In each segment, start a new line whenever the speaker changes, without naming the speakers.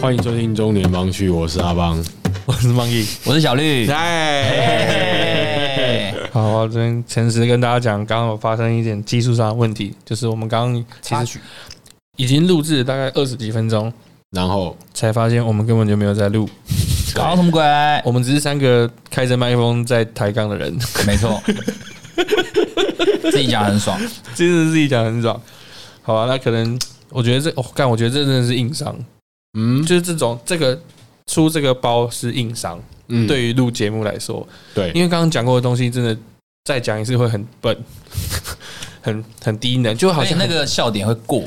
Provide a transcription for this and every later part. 欢迎收听中年盲区，我是阿邦。
我是梦毅。
我是小绿。
哎，
哎
好，我这边诚实跟大家讲，刚刚有发生一点技术上的问题，就是我们刚刚其实
曲，
已经录制了大概二十几分钟，
然后
才发现我们根本就没有在录，
搞什么鬼？
我们只是三个开着麦克风在抬杠的人，
没错，自己讲很爽。
真的自己讲很爽。好啊，那可能我觉得这，哦，干，我觉得这真的是硬伤，
嗯
就是这种这个出这个包是硬伤，
嗯
对于录节目来说，
对，
因为刚刚讲过的东西，真的再讲一次会很笨， 很很低能，就好
而且
像
哎那
那个
个笑点会过，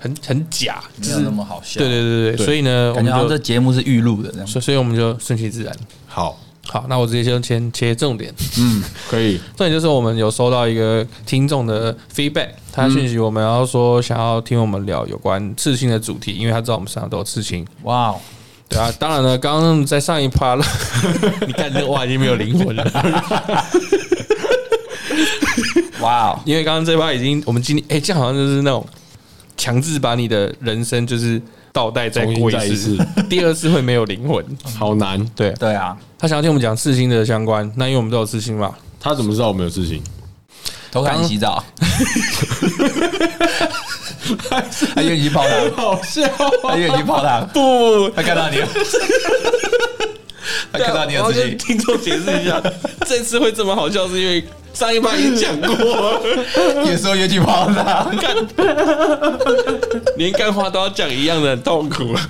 很很假，
没
就
有
是
那么好笑。
对对对对
对
对，所以呢，我
感觉好像
们
这
就
节目是预录的这样。
所以所以我们就顺其自然。
好，
好，那我直接就先切重点，
嗯，可以，
重点就是我们有收到一个听众的 feedback，他讯息我们要说想要听我们聊有关刺青的主题，因为他知道我们身上都有刺青。
哇哦，
对啊，当然了，刚刚在上一趴了， 你看这哇已经没有灵魂了，
哇哦，
因为刚刚这趴已经我们今天哎、这好像就是那种强制把你的人生就是倒带再过
重新再一
一次
次，
第二次会没有灵魂。
好难。
对，
对啊，
他想要听我们讲刺青的相关，那因为我们都有刺青嘛，
他怎么知道我们有事情？
偷看你洗澡，他以为你去泡汤，
好笑，
他以为你去泡汤，
不，
他看到你了， 他看到你有
我要
自
跟
己，
听众解释一 下，这次会这么好笑，是因为上一趴已经讲过 了，
有时候也去泡汤。
连干话都要讲一样的，很痛苦。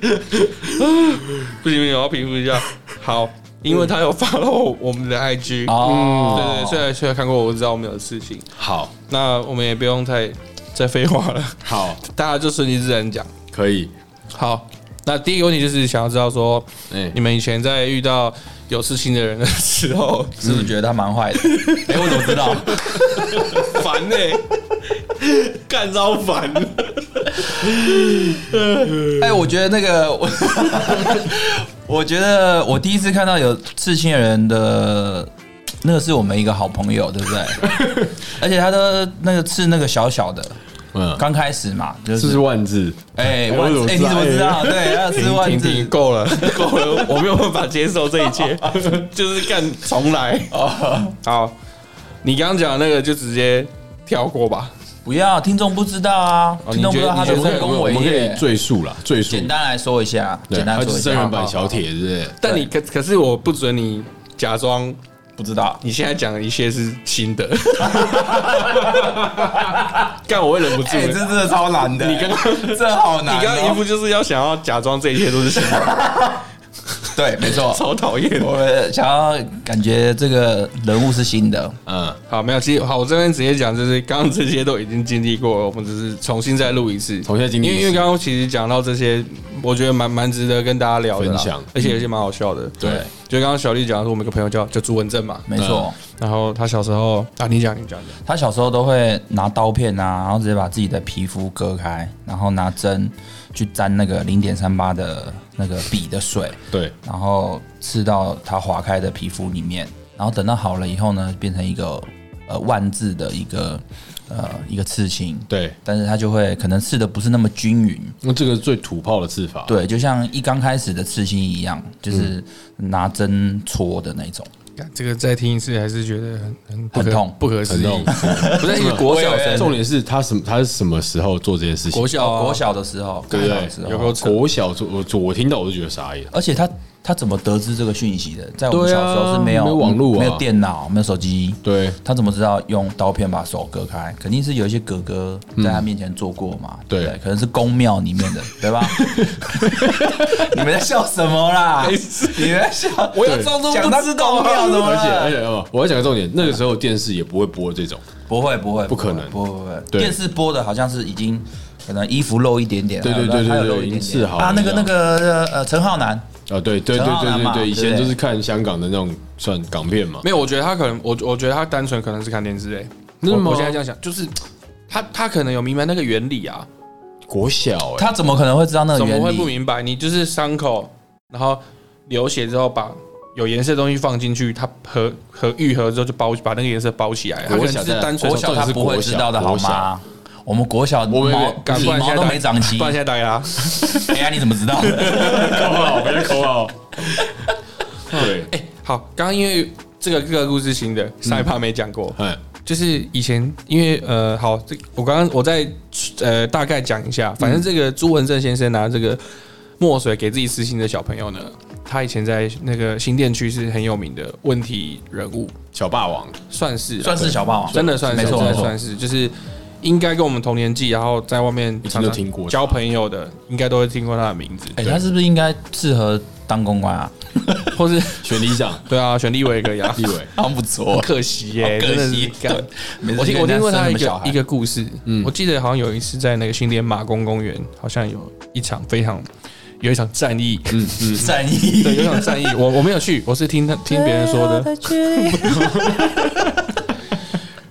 不行不行，我要平复一下。好，因为他有发到我们的 IG，、
哦
对对，虽然虽然看过，我知道我们有事情，
好，
那我们也不用太再废话了，
好，
大家就顺其自然讲。
可以，
好，那第一个问题就是想要知道说，
哎
你，们以前在遇到有事情的人的时 候，
是不是觉得他蛮坏的？哎，我怎么知道？
烦呢、干超 烦。
哎，我觉得那个 我，我觉得我第一次看到有刺青的人的，那个是我们一个好朋友，对不对？而且他的那个刺那个小小的，
嗯，
刚开始嘛，就
这
是
是万字，
哎，
哎
万
我
哎，你怎么知道？对，他
停
吃万
停
字
停，够了 够了，我没有办法接受这一切， 就是干 重来。
哦
好，你刚刚讲的那个就直接跳过吧。
不要，听众不知道啊，
哦
听众不知道他
你觉得
的
你觉
在
得
恭
我
维
们可以
耶。
赘述啦，赘述，
简单来说一下，
对，
简单
它
说
是
一
真人
下，
版小铁，是不是？
但你可可是我不准你假装
不知道。
你现在讲的一些是新 的，干我会忍不住
哎，
欸。
这真的超难的，
你刚刚
这好难哦。
你刚刚一副就是要想要假装这一切都是新的，
对，没错，
超讨厌。
我们想要感觉这个人物是新的，
嗯，
好，没有，其实好，我这边直接讲，就是刚刚这些都已经经历过了，我们只是重新再录一次。
重新再经历一
因
次
为因为刚刚其实讲到这些，我觉得蛮蛮值得跟大家聊的啦
分享
而且有些蛮好笑的。
对，
就刚刚小丽讲说，我们有个朋友叫叫朱文正嘛，
没错。
然后他小时候啊，你讲你讲的，
他小时候都会拿刀片啊，然后直接把自己的皮肤割开，然后拿针去沾那个零点三八的那个笔的水，
对，
然后刺到他划开的皮肤里面，然后等到好了以后呢，变成一个呃万字的一个呃一个刺青。
对，
但是他就会可能刺的不是那么均匀，
那这个最土炮的刺法，，
对，就像一刚开始的刺青一样，就是拿针戳的那种。
干这个再听一次还是觉得很很不可
很痛
不可思
很
议。
弄。
不是因为国小生
重点是他什么？他是什么时候做这件事情？
国小啊
哦国小的时候，
哦对不
国小的时
对？
候
有个国小做我我听到我就觉得傻眼。
而且他他怎么得知这个讯息的？在我们
对
小
啊
时候是没有
没有网络啊
没有电脑、没有手机，
对
他怎么知道用刀片把手割开？肯定是有一些哥哥在他面前做过嘛，
嗯对
对不对，可能是宫庙里面的，对吧？你们在笑什么啦？
没
你们在笑？
我有装作
讲
不
到
知道
宫庙
啊
怎么
而且
了
而且哦，我要讲个重点，那个时候电视也不会播这种，
不会不会，
不可能
不会不会。
对
电视播的好像是已经可能衣服露一点点，
对对
还有
对对
还有
对
露一
已
点
经
点
刺好了
啊，那个
这
那
样
个呃陈浩南，
啊，对对对
陈浩
对
南
对
嘛
对，以前
对不对
就是看香港的那种算港片嘛，
没有，我觉得他可能，我我觉得他单纯可能是看电视诶、
真
我
的吗
我现在这样想，就是他他可能有明白那个原理啊，
国小哎，
他怎么可能会知道那个
怎么
原
会不
理？
明白？你就是伤口，然后流血之后把有颜色的东西放进去，它合合愈合之后就包把那个颜色包起来。它
国
可
小
能是
在
单纯
国
从
小他不会知道的好
国小
吗？我们国小
我们
毛
敢
敢
羽
不然现
毛
在
都
打
没长齐
不，然现在打给 他。
哎呀，你怎么 知道？
口号，不要口号。 对，
哎，好，刚刚因为这个这个故事新的，上一趴没讲过，
哎，
就是以前因为呃，好，这我刚刚我再呃大概讲一下，反正这个朱文正先生拿这个墨水给自己私信的小朋友呢，他以前在那个新店区是很有名的问题人物，
小霸王，
算是啊
算是小霸
哦
王，
真的算是，
没错
真
没
的
错
算。是，就是应该跟我们同年纪，然后在外面
经都听过他
交朋友的，应该都会听过他的名字，
哎，他是不是应该适合当公关啊？
或是
选理长
对啊，选立委可以啊，
立委，
好像不
很
错，
可惜耶，
哦好可惜
真的是
对
干
每次
我听我
跟人家
听过他
生
一
那么小
个
孩
一个故事，
嗯
我记得好像有一次在那个新店马公公园，好像有一场非常有一场战役，
嗯嗯，
善意
对，有一场战役， 我我没有去，我是听他听别人说的。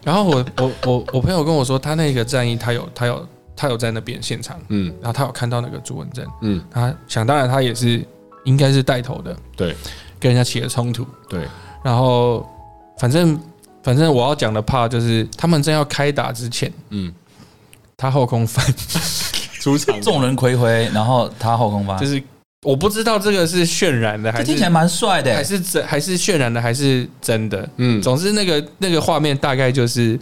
然后我我我我朋友跟我说，他那个战役，他有他有他有在那边现场，
嗯
嗯，然后他有看到那个朱文正，
嗯
嗯，他想当然他也是应该是带头的，
对
跟人家起了冲突，
对，
然后反正反正我要讲的怕就是他们正要开打之前，
嗯，
他后空翻，
出场
众人睽睽，然后他后空翻
就，是我不知道这个是渲染的
啊这
还
听起来
是
蛮帅的
还
欸。
是真还是渲染的还是真的，
嗯
总之那个那个画面大概就是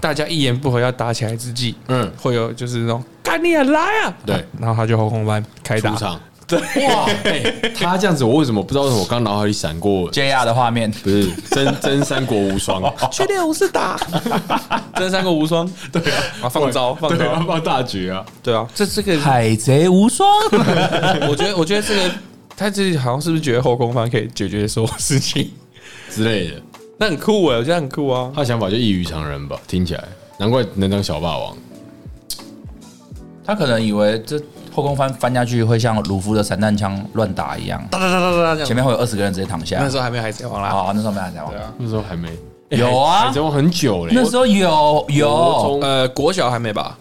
大家一言不合要打起来之际。
嗯，
会有就是那种干你啊来啊，
对
啊然后他就后空翻开打
出，场，对，哇，哎他这样子，我为什么不知道？为什么我刚脑海里闪过？
JR 的画面，
不是真真三国无双，
确定我是打真三国无双，对啊，放招放
对，
招，
要大局啊，
对啊，这这个
海贼无双，
我觉得我觉得这个他自己好像是不是觉得后空翻可以解决所有事情？
之类的。
那很酷哎，我觉得很酷啊，
他的想法就异于常人吧，听起来难怪能当小霸王。
他可能以为这后空翻翻下去会像鲁夫的散弹枪乱打一样，
哒哒哒哒哒这
前
样。
面会有二十个人直接躺下。
那时候还没有海贼王啦，
啊，那时候没有海贼王
对，啊，哎
那时候还没
有啊
海贼，王很久嘞，
那时候有有
国中
呃，国小还没吧？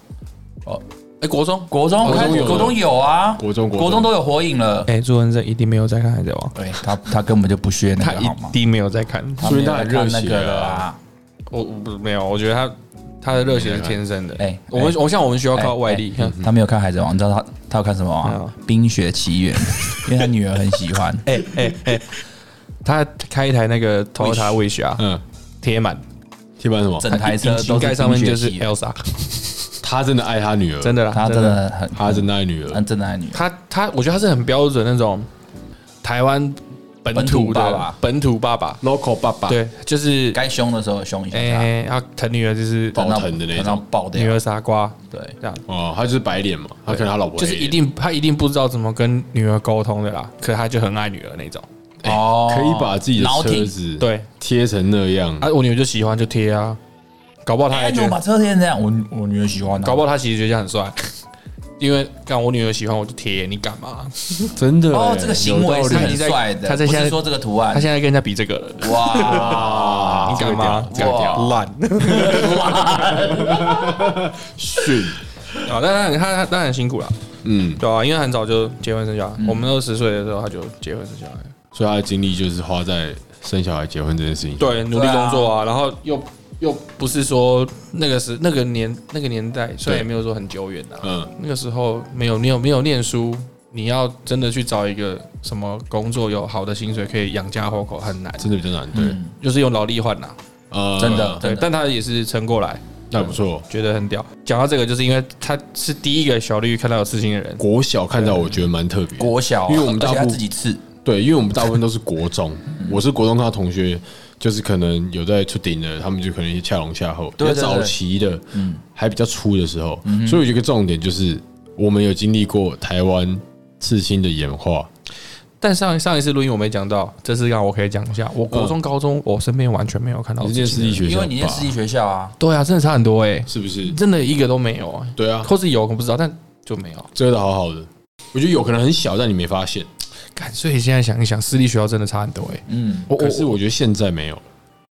哦
哦，哎，国中，
国中
国中
开始
有
国中有啊，
国中国中
国中都有火影了。
哎，朱文正一定没有在看海贼王，
对他他根本就不屑那
他
个好吗
一？定没有在看，
他没有在看
说
那
明他
个
很热血
了
啊
啊，
我我不没有，我觉得他他的热血是天生的。哎
哎，
我们我像我们学校
哎
靠外力，
哎他没有看海贼王，你知道他他有看什么吗？《冰雪奇缘》，因为他女儿很喜欢。哎，
哎哎，他开一台那个 Toyota Wish 啊，
嗯，
贴满
贴板什么？
整台车
引擎
都
盖
是
上面就是
冰雪奇缘
Elsa，
他真的爱他女儿，
真的啦，
他真的很
他真的爱女
很
儿，
真的爱女儿。
他他，我觉得他是很标准那种台湾本
本
土
土
的
爸爸
本土爸爸，
local 爸爸，
对，就是
该凶的时候凶一下他，
哎，他疼女儿就是
爆
到
疼的那种
到爆
女
掉。
儿傻瓜
对，
这样。
哦，他就是白脸嘛，他可能他老婆
就是
黑脸
一定，他一定不知道怎么跟女儿沟通的啦，可他就很爱女儿那种。
哎
哦
可以把自己的
老
车
挺
子
对，
贴成那样，
啊，我女儿就喜欢就贴啊，搞不好她
哎，
也
你
觉
怎么
得，
把车贴成这样？我我女儿喜欢啊，
搞不好她其实觉得这样很帅， 因为干我女儿喜欢我就贴，你干嘛？
真的
哦
哎，
这个行为
有
是
道理
很帅的。
他在
不
现在
是说这个图
她
案
现，在跟人家比这个了，
哇，
你干嘛？
这个屌
烂
训，
啊！当然，她她当然很辛苦了，
嗯，
对啊，因为很早就结婚生小孩，我们二十岁的时候她就结婚生小孩，
所以他的精力就是花在生小孩、结婚这件事情，，
对，努力工作啊，然后又又不是说那个时那个年那个年代，虽然也没有说很久远啊，
嗯，
那个时候没有，你有没有念书？你要真的去找一个什么工作，有好的薪水可以养家糊口，很难，
真的比较难，对，
嗯
就是用劳力换呐、
呃，
真的
对，但他也是撑过来，
那不错，
觉得很屌。讲到这个，就是因为他是第一个小绿看到有刺青的人，
国小看到我觉得蛮特别的，
国小啊，
因为我们大
而且他
部
自己刺，
对，因为我们大部分都是国中，我是国中，他同学就是可能有在出顶的，他们就可能恰龙恰后，比
对
较
对对
早期的，
嗯
还比较粗的时候，所以我觉得重点就是我们有经历过台湾刺青的演化，
但上上一次录音我没讲到，这次让我可以讲一下。我国中、高中，我身边完全没有看到
你
刺
是念
青
私
的
立
人。
学
因
校
为你念
吧？
私立学校啊，
对啊，真的差很多哎、
是不是？
真的一个都没有啊，
对啊，
或是有，我不知道，但就没有。
遮的好好的，我觉得有可能很小，但你没发现。
感，所以现在想一想，私立学校真的差很多哎、
嗯，
我我
可是我觉得现在没有，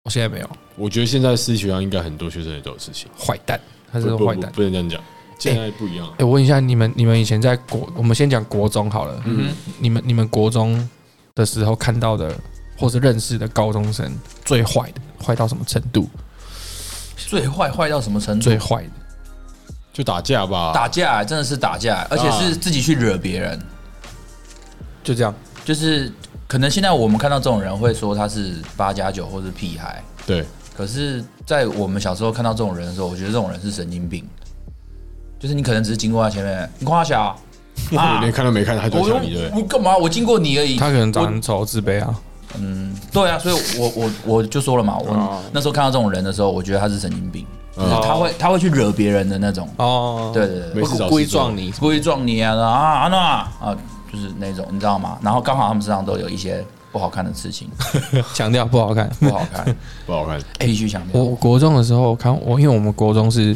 我现在没有，
我觉得现在私立学校应该很多学生也都有刺青，
坏蛋，他
不
是个
不
坏
不
蛋。
不能这样讲，现在不一样
哎、。我问一下你们，你们以前在国，我们先讲国中好了。
嗯
嗯，你们你们国中的时候看到的，或是认识的高中生最坏的，坏到什么程度？嗯
最坏坏到什么程度？
最坏的，
就打架吧，
打架真的是打
啊
架，而且是自己去惹别人，
就这样。
就是可能现在我们看到这种人会说他是八加九或是屁孩，
对，
可是，在我们小时候看到这种人的时候，我觉得这种人是神经病，就是你可能只是经过他前面，你夸他 小，啊
连看都没看，他就
我
敲你对不对
我我干嘛？我经过你而已。
他可能长得很丑，自卑啊。
对啊，所以我我我就说了嘛，
哦
我那时候看到这种人的时候，我觉得他是神经病，就
嗯
是他会他会去惹别人的那种，
哦，
对，对
没
对，
事找事
故意
做
撞你，
故意撞你啊啊啊那啊，就是那种你知道吗？然后刚好他们身上都有一些不好看的事 情，
强调不好看。
不好看，
不好看，
必须强
我
调。
我国中的时候看我，因为我们国中是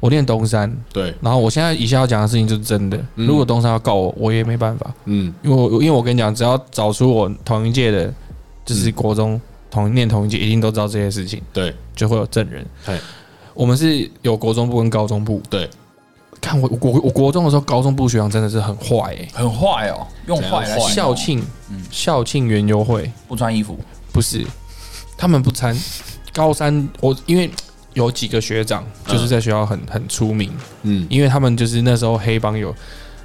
我念东山，
对，
然后我现在以下要讲的事情就是真的。如果东山要告我，我也没办法，
嗯，
因为我因为我跟你讲，只要找出我同一届的，就是
嗯
国中同念同一届，一定都知道这些事情，
对，
就会有证人
嘿。
我们是有国中部跟高中部，
对，
看我我国我国中的时候，高中部学长真的是很坏欸
很坏哦，用坏来
怎样坏嗯
形容
校庆，校庆园游会
不穿衣服，
不是，他们不参。高三我因为有几个学长就是在学校很很出名，
嗯，
因为他们就是那时候黑帮有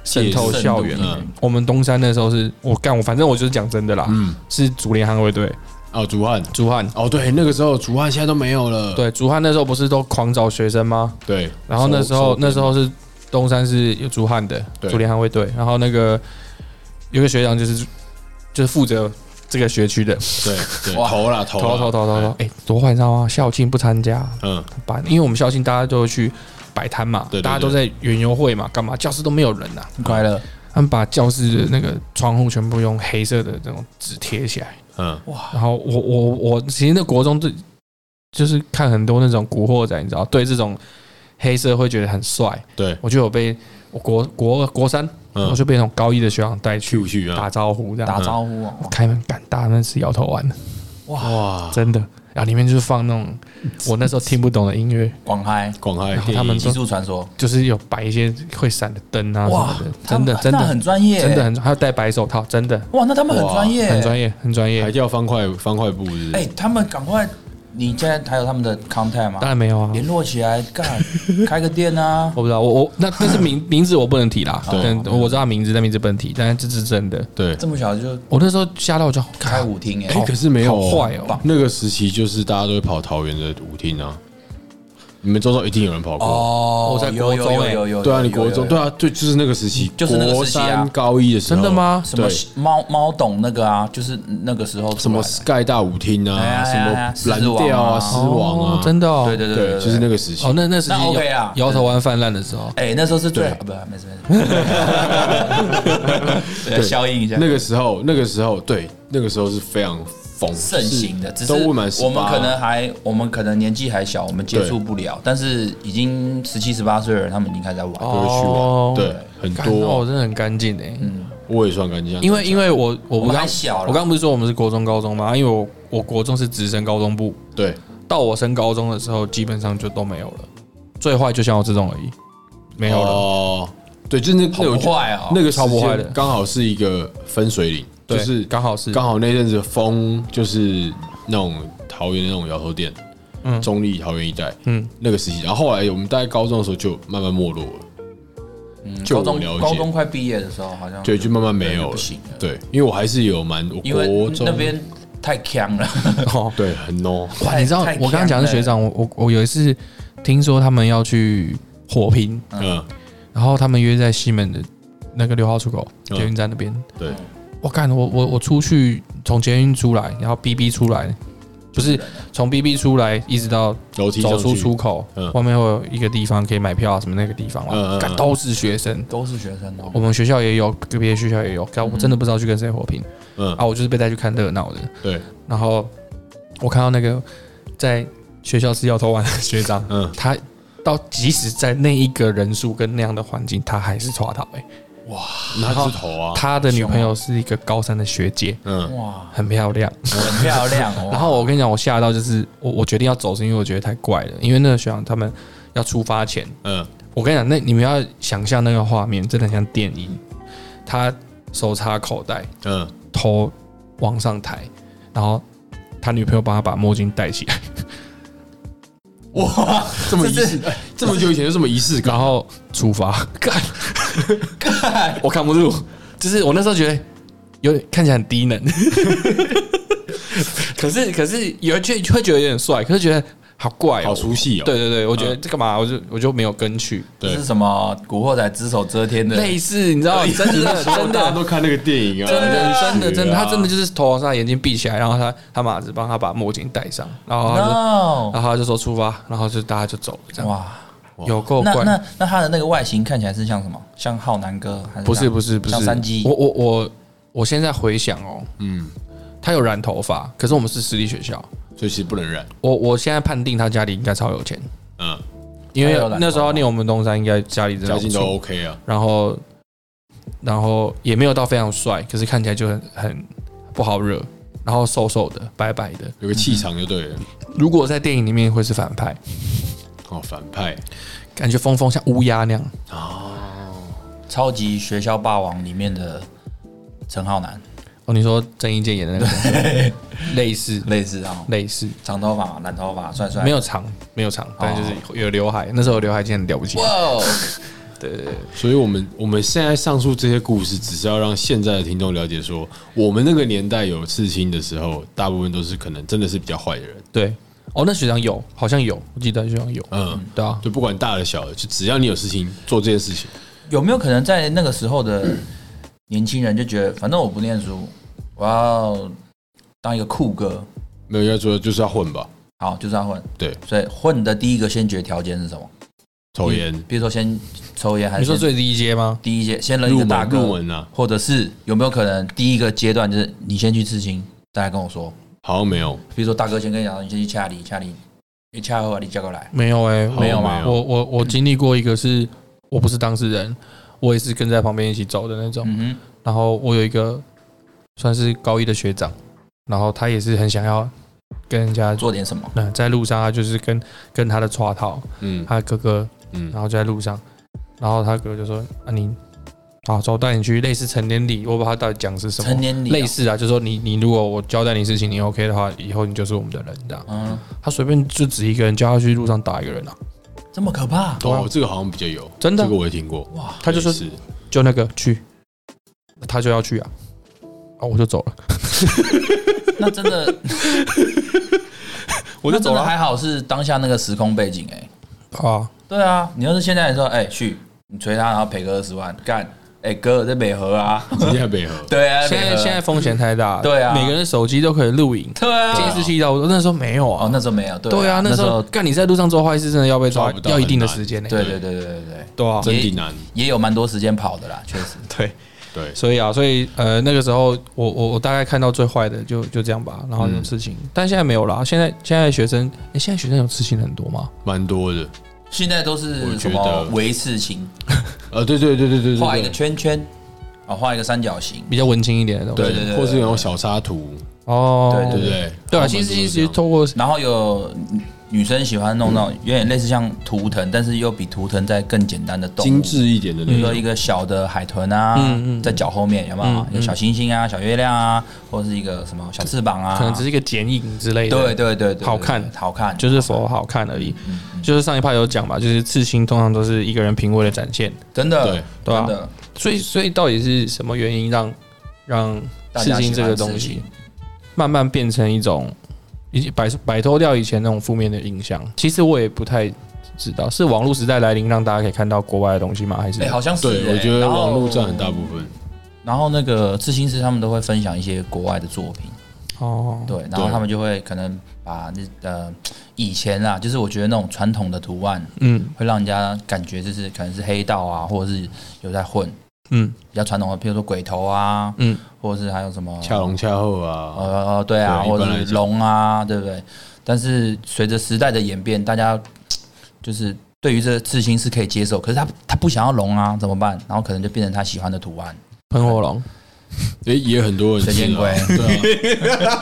渗透校园
渗。透
嗯
我们东山那时候是我干我，反正我就是讲真的啦，
嗯
是竹联捍卫队，
哦，竹汉，
竹汉。
哦，对，那个时候竹汉现在都没有了，
对，竹汉那时候不是都狂找学生吗？
对，
然后那时
收
候
收
那时候是东山是有竹汉的
对
竹联捍卫队，然后那个有个学长就是就是负责这个学区的，
对 对，
哇
投啦投
投投投
啦，
投投，哎，多坏你知道吗？校庆不参加，
嗯，
班，因为我们校庆大家都会去摆摊嘛，
对对对
大家都在园游会嘛，干嘛？教室都没有人呐、啊
很快乐。
他们把教室的那个窗户全部用黑色的这种纸贴起来。
嗯，
然后我我我，其实那国中对，就是看很多那种古惑仔，你知道，对这种黑社会觉得很帅。
对，
我就有被我国国国三，
嗯
我就被那种高一的学长带去
去去啊，
打招呼，这样
嗯打招呼嗯哦，
开门敢大那是摇头丸，
哇，
真的。然后里面就是放那种我那时候听不懂的音乐，
广嗨，
广海
然后他们
极速传说，
就是有摆一些会闪的灯啊
哇
什么的，，
他
真
们
的真
那
的
很专业，
真的很，还有戴白手套，真的
哇，那他们很专业，
很专业，很专
还
业。
叫方块方块布是不
哎
是，，
他们赶快，你现在还有他们的 contact 吗
当？然没有啊，
联络起来，干，开个店啊！
我不知道，我我那但是名名字我不能提啦，
对
但我知道名字，但名字不能提，但是这是真的。
对，
这么小就
我那时候吓到我就
开
看
舞厅哎、
哎，可是没有
好坏哦，
那个时期就是大家都会跑桃园的舞厅啊，你们周遭一定有人跑过，
哦
我在
有
国
有
中
有
哎
有有，
对啊，
有
你国中，
有有
对啊，对，就是那个时期，
就是那个
国
时期啊
三高一的时候，
真的吗
什么
对
猫猫懂那个啊，就是那个时候
什
出来
么
的
Sky 大舞厅
哎
啊，
呀
什
哎呀
么蓝调啊，狮
狮
王啊，
哦真的哦，
对对对对
对，
对，
就是那个时期
哦，，那那时
那
期
OK 啦
摇头丸泛滥的时候，
哎、那时候是最
对
好，不没事 没事，对消音一下
那个时候，那个时候，对，那个时候是非常疯
盛行的，
就
只
是
是
都未满
我们
18
可能还我们可能年纪还小，我们接触不了，但是已经十七十八岁的人，他们已经开始在玩。
都会去玩，
哦
对，很
干那我
多，
真的很干净哎，
我也算干净，
因为因为我我
我
不
们
刚
还小啦
我刚不是说我们是国中高中吗？因为我我国中是直升高中部，
对，
到我升高中的时候，基本上就都没有了。最坏就像我这种而已，没有了。
哦，对，就是那
好
那我觉得
坏哦
那个
超不坏的
时间刚好是一个分水岭，就
对
是
刚好是
刚好那阵子风就是那种桃园的那种摇头店，
嗯
中立桃园一带，
嗯，
那个时期，然后后来我们大概高中的时候就慢慢没落了。就
嗯高
我
中
了解
高中快毕业的时候，好像
对，就慢慢没
对
有
就
了
不行了。
对，因为我还是有蛮我
因为
国中
那边太强了，
哦，
对很 no，
哇，你知道
太
我刚刚讲的是学，长，我我我有一次听说他们要去火拼，
嗯，
然后他们约在西门的那个六号出口
嗯
捷运站那边。
对，
我干，我我我出去从捷运出来，然后 B B 出来，不是从 B B 出来一直到
楼梯上
走出
去
出口
嗯，
外面会有一个地方可以买票啊，什么那个地方
嗯嗯
啊
嗯，
干都是学生。
都是学生哦
我。们学校也有，个别学校也有，但我真的不知道去跟谁火拼
嗯，
啊！我啊就是被带去看热闹的。
对，
然后我看到那个在学校吃摇头丸的学长，
嗯
他到即使在那一个人数跟那样的环境，他还是抓到哎。
那是头啊，
他的女朋友是一个高三的学姐，
嗯，
哇，
很漂亮。
很漂亮 哦。
然后我跟你讲，我吓到就是我我决定要走，是因为我觉得太怪了，因为那个学长他们要出发前，
嗯，
我跟你讲，那你们要想象那个画面，真的很像电影。他手插口袋，
嗯，
头往上抬，然后他女朋友帮他把墨镜戴起来。
哇，
这么仪式
是，
哎
这么久以前就这么仪式
然
感，
后处罚， 干，
干
我扛不住。就是我那时候觉得有点看起来很低能， 可是可是有就会觉得有点帅，可是觉得好怪、哦，嗯
好出戏哦
对对对，我觉得这干嘛，我就我就没有跟去。
对
这是什么《古惑仔》只手遮天的？
类似，你知道，真 的真
大家
的
都看那个电影啊，
真的，真的，真的，他真的
就
就是头往上，眼睛闭起来，然后他他马子帮他把墨镜戴上，然后他就
No，
然后他就说出发，然后就大家就走了，这样
哇，
有够
那
怪。
那那他的那个外形看起来是像什么？像浩南哥还是
不是
像
不是不是
像山鸡
我？我我我现在回想哦，
嗯，
他有染头发，可是我们是私立学校，
所以其实不能染，
我我现在判定他家里应该超有钱，
嗯，
因为
他有染头发
那时候念我们东山，应该家里真的
家
不
境都
错，
OK 啊，
然后然后也没有到非常帅，可是看起来就很很不好惹，然后瘦瘦的白白的，
有个气场就对
嗯
了，
如果在电影里面会是反派，
哦，反派
感觉峰峰像乌鸦那样，
超级学校霸王里面的陈浩南，
哦，你说郑伊健演的那个峰峰，类似
类似啊，
类似，
长头发、染头发，帅帅。
没有长，没有长，但就是
哦
有刘海。那时候有刘海已经很了不起
哇，
了，
哦，
所以，我们我们现在上述这些故事，只是要让现在的听众了解说，我们那个年代有刺青的时候，大部分都是可能真的是比较坏的人，
对。哦，那学长有，好像有，我记得学长有，
嗯，
对啊，
就不管大的小的，就只要你有事情做这件事情，
有没有可能在那个时候的年轻人就觉得，反正我不念书，我要当一个酷哥，
没有要做就是要混吧，
好，就是要混。
对，
所以混的第一个先决条件是什么？
抽烟
比如说先抽烟，还
你说
是先
最低阶吗？
第一阶先认一
入
嗯个大
门
哥，
入门啊，
或者是有没有可能第一个阶段就是你先去刺青，大家跟我说，
好像没有，
比如说大哥先跟你讲，你先去掐你掐你，你掐好啊，你叫过来，
没有哎、我
没有吗
我我我
嗯
经历过一个是，我不是当事人，我也是跟在旁边一起走的那种。
嗯
然后我有一个算是高一的学长，然后他也是很想要跟人家
哼，做点什么，
那在路上他就是跟跟他的绰套，
嗯
他的哥哥，
嗯
然后就在路上，然后他哥就说：“啊你，好走，我带你去类似成年礼，我不知道他到底讲是什么，
成年礼啊
类似啊，就说你你如果我交代你事情，你 OK 的话，以后你就是我们的人这样。
嗯，
他随便就只一个人叫他去路上打一个人啊，
这么可怕，
哦，这个好像比较有，
真的
这个我也听过，
哇，
他就说
是
就那个去，他就要去啊，啊我就走了，
那真的
我就走
那真的
了
还好是当下那个时空背景，哎，
啊，
对啊，你要是现在说，哎，去你捶他，然后赔个二十万，干，哎哥这美 和啊，
今天北河，
对啊，
现在
美和
现在风险太大了，
对啊
每个人手机都可以录影。
对啊，
监视器到，我那时候没有啊，
哦那时候没有，对
对啊，那时候干你在路上做坏事，真的要被抓
抓不，到
要一定的
很难
时间呢。
对对对对对对，
对啊，
真的难，
也有蛮多时间跑的啦，确实，
对，
对，
所以啊，所以呃，那个时候我我我大概看到最坏的就就这样吧，然后有事情，
嗯
但现在没有啦。现在现在学生，诶现在学生有事情很多吗？
蛮多的，
现在都
我
是
觉
什么
得
围事情，
呃，对对对对对
画一个
对
圈圈，啊，画一个三角形，
比较文青一点的东西。
对对
对，
对
或是那种小插图，
哦，
对
对不对？
对啊，
他
其
们
实
都是
其
这
实
样
透过
然后有女女生喜欢弄那种有点类似像图腾，但是又比图腾再更简单的动物
精，致一点的
比
那
如说
种，
一个小的海豚啊
嗯嗯，
在脚后面有没
嗯
有
嗯
有小星星啊、小月亮啊，或者是一个什么小翅膀啊，
可能只是一个剪影之类的，
对嗯对对对，
好看
对好看，
就是否好看而已。就是上一趴有讲嘛，就是刺青通常都是一个人品味的展现，
真的
对
对啊
真的，
所以所以到底是什么原因让让
大
刺
家喜
青
欢
这个
刺
东西
青，
慢慢变成一种，已经摆摆脱掉以前那种负面的印象。其实我也不太知道，是网络时代来临，让大家可以看到国外的东西吗？还是
哎，好像是
对，
哎
我觉得
然后哦
网络占很大部分，
然后那个刺青师他们都会分享一些国外的作品，
哦，
对，然后
对
他们就会可能把那呃以前啊，就是我觉得那种传统的图案
嗯
会让人家感觉就是可能是黑道啊，或者是有在混
嗯
比较传统的，譬如说鬼头啊，
嗯，
或者是还有什么
恰龙恰后啊，
呃对啊，
对一
或
般
者
来
是
讲
龙啊，对不对？但是随着时代的演变，大家就是对于这个刺青是可以接受，可是他他不想要龙啊，怎么办？然后可能就变成他喜欢的图案，
喷火龙，
也也很多人
神
见
仙
啊，
龟
对啊，